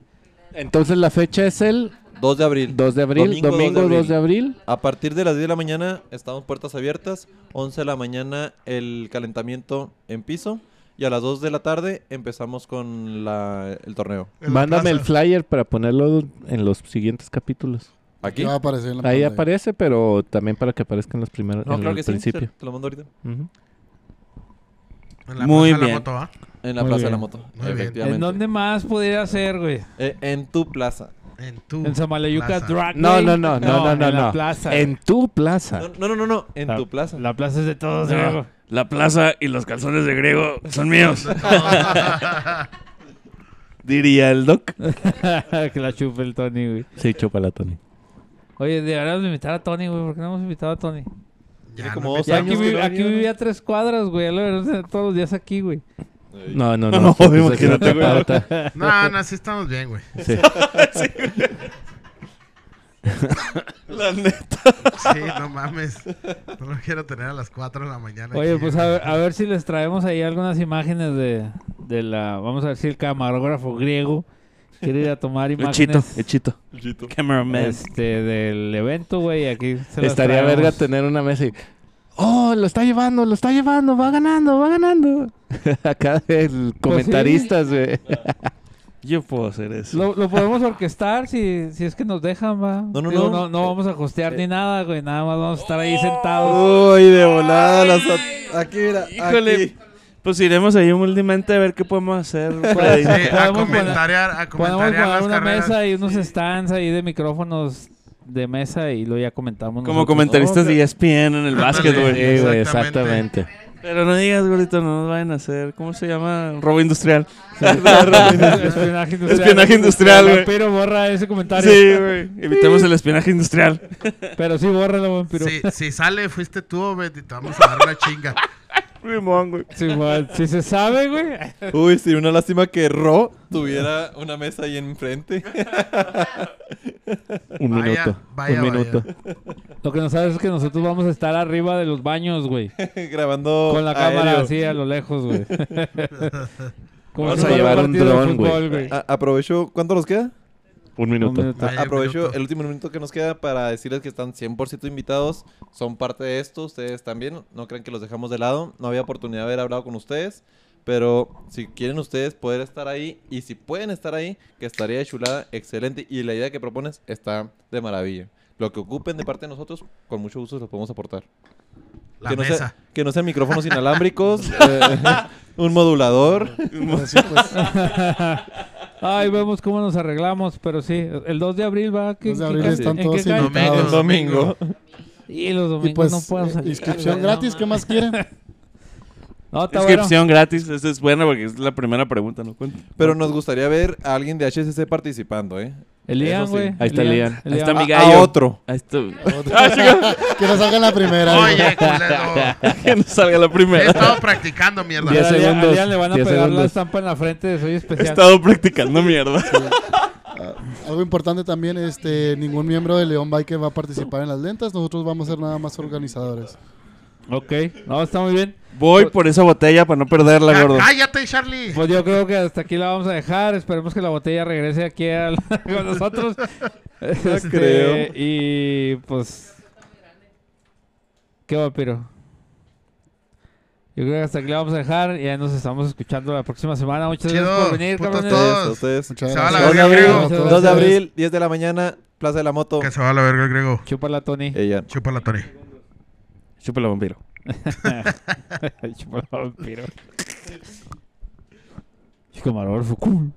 Entonces la fecha es el 2 de abril. 2 de abril, domingo, 2 de abril. A partir de las 10 de la mañana estamos puertas abiertas, 11 de la mañana el calentamiento en piso y a las 2 de la tarde empezamos con la- el torneo. En la Mándame el plaza. flyer para ponerlo en los siguientes capítulos. ¿Aquí? Ya va a aparecer en la Ahí pantalla. aparece, pero también para que aparezcan los primeros No, en claro el que sí, principio. te- te lo mando ahorita. Ujú. En la Muy plaza de bien. La moto, ¿ah? En la Muy Plaza de bien. la Moto, Muy bien. efectivamente. ¿En dónde más pudiera ser, güey? Eh, en tu plaza. En tu. En Samalayuca plaza. Drag. No, Day. no, no, no, no, no, En la no. plaza. En tu plaza. No, no, no, no, no, en La- tu plaza. La plaza es de todos, No, Diego. la plaza y los calzones de griego son míos. Diría el doc. que la chupe el Tony, güey. Sí, chúpala, Tony. Oye, deberíamos invitar a Tony, güey. ¿Por qué no hemos invitado a Tony? Tiene Ya como Ah, no dos me- Ya Pues aquí, años que vi- no aquí venía, ¿no? vivía a tres cuadras, güey. Ya Lo veremos todos los días aquí, güey. No, no, no. No, pues, imagínate, esa güey. es otra pauta. No, no, sí estamos bien, güey. Sí. La neta. Sí, no mames. No lo quiero tener a las 4 de la mañana. Oye, aquí, pues güey. a ver, a ver si les traemos ahí algunas imágenes de, de la... Vamos a ver si el camarógrafo griego quiere ir a tomar Echito, imágenes echito. El chito. Cameraman. este, del evento, güey. y Aquí se las Estaría traemos. verga tener una mesa y... ¡Oh, lo está llevando, lo está llevando! ¡Va ganando, va ganando! Pues Acá el comentaristas, güey. Yo puedo hacer eso. Lo, lo podemos orquestar si, si es que nos dejan, va. No, no, Digo, no. no. no vamos a hostear Eh. ni nada, güey. Nada más vamos a estar Oh. ahí sentados. Uy, de volada las at- Aquí era. Híjole. aquí. Pues iremos ahí humildemente a ver qué podemos hacer. Pues, Sí, podemos a poner- comentarear, a Podemos comentarear poner las una carreras. mesa y unos stands ahí de micrófonos de mesa y luego ya comentamos. Como nosotros. comentaristas de E ESPN en el básquet, Ándale. güey. Sí, güey, Exactamente. exactamente. Pero no digas, gordito, no nos vayan a hacer. ¿Cómo se llama? Robo industrial. Oh, Ah, espionaje industrial. Espionaje industrial, güey. Vampiro, borra ese comentario. Sí, güey. Evitemos el espionaje industrial. Pero sí, bórralo, vampiro. Sí. Si, si sale, fuiste tú, Betty, te vamos a dar una chinga. Rimón, güey. güey, si se sabe, güey. Uy, sí, una lástima que Ro tuviera una mesa ahí enfrente. Un Vaya, minuto. un vaya, vaya. minuto. Lo que no sabes es que nosotros vamos a estar arriba de los baños, güey. grabando. Con la aéreo. cámara así a lo lejos, güey. Como Vamos si a fuera llevar un partido de dron, güey. fútbol, güey. A- aprovecho. ¿Cuánto nos queda? Un minuto. Vaya, A- aprovecho minuto. el último minuto que nos queda para decirles que están 100% invitados. Son parte de esto. Ustedes también. No crean que los dejamos de lado. No había oportunidad de haber hablado con ustedes. Pero si quieren ustedes poder estar ahí y si pueden estar ahí, que estaría de chulada, excelente. Y la idea que propones está de maravilla. Lo que ocupen de parte de nosotros, con mucho gusto los podemos aportar. La que, no sea- mesa. que no sean micrófonos inalámbricos, eh, un modulador. Así pues. Ah. Ay, vemos cómo nos arreglamos, pero sí. El 2 de abril va. ¿Qué, 2 de qué abril cae? están ¿En todos qué cae? invitados. El domingo. Y los domingos Y pues, no puedo eh, salir. inscripción güey, no gratis, ¿qué más quieren? No, está bueno. Inscripción gratis. Esta es buena porque es la primera pregunta, ¿no? Cuenta. Pero nos gustaría ver a alguien de HCC participando, ¿eh? El Ian, Eso sí. güey. Ah, Ahí está el Ian. Ahí está A, mi a gallo. otro. Ahí está. que nos hagan la primera. güey. Oye, culero. que no salga la He primera. estado practicando, mierda. Al Diez Ian- al segundos, Ian le van a diez pegar la segundos. estampa en la frente de soy He especial. estado practicando mierda. Ah, Algo importante también, este, ningún miembro de León Biker va a participar en las lentas. Nosotros vamos a ser nada más organizadores. Ok, no, está muy bien. Voy por esa botella para no perderla, Cá- gordo. Cállate, Charlie. Pues yo creo que hasta aquí la vamos a dejar. Esperemos que la botella regrese aquí al- con nosotros. Este, creo. Y pues. ¿Qué vampiro? Yo creo que hasta aquí la vamos a dejar. Ya nos estamos escuchando la próxima semana. Muchas gracias Chido, por venir, putos cabrones. todos. Ustedes, ustedes. Muchas Se va la gracias. 2 de verga, abril, griego. Muchas 2 de gracias. abril, 10 de la mañana, Plaza de la Moto. Que se va a la verga el griego. Chúpala, Tony. Ella. Chúpala, Tony. Chúpala, vampiro. Chúpala, vampiro. Camarógrafo, cool.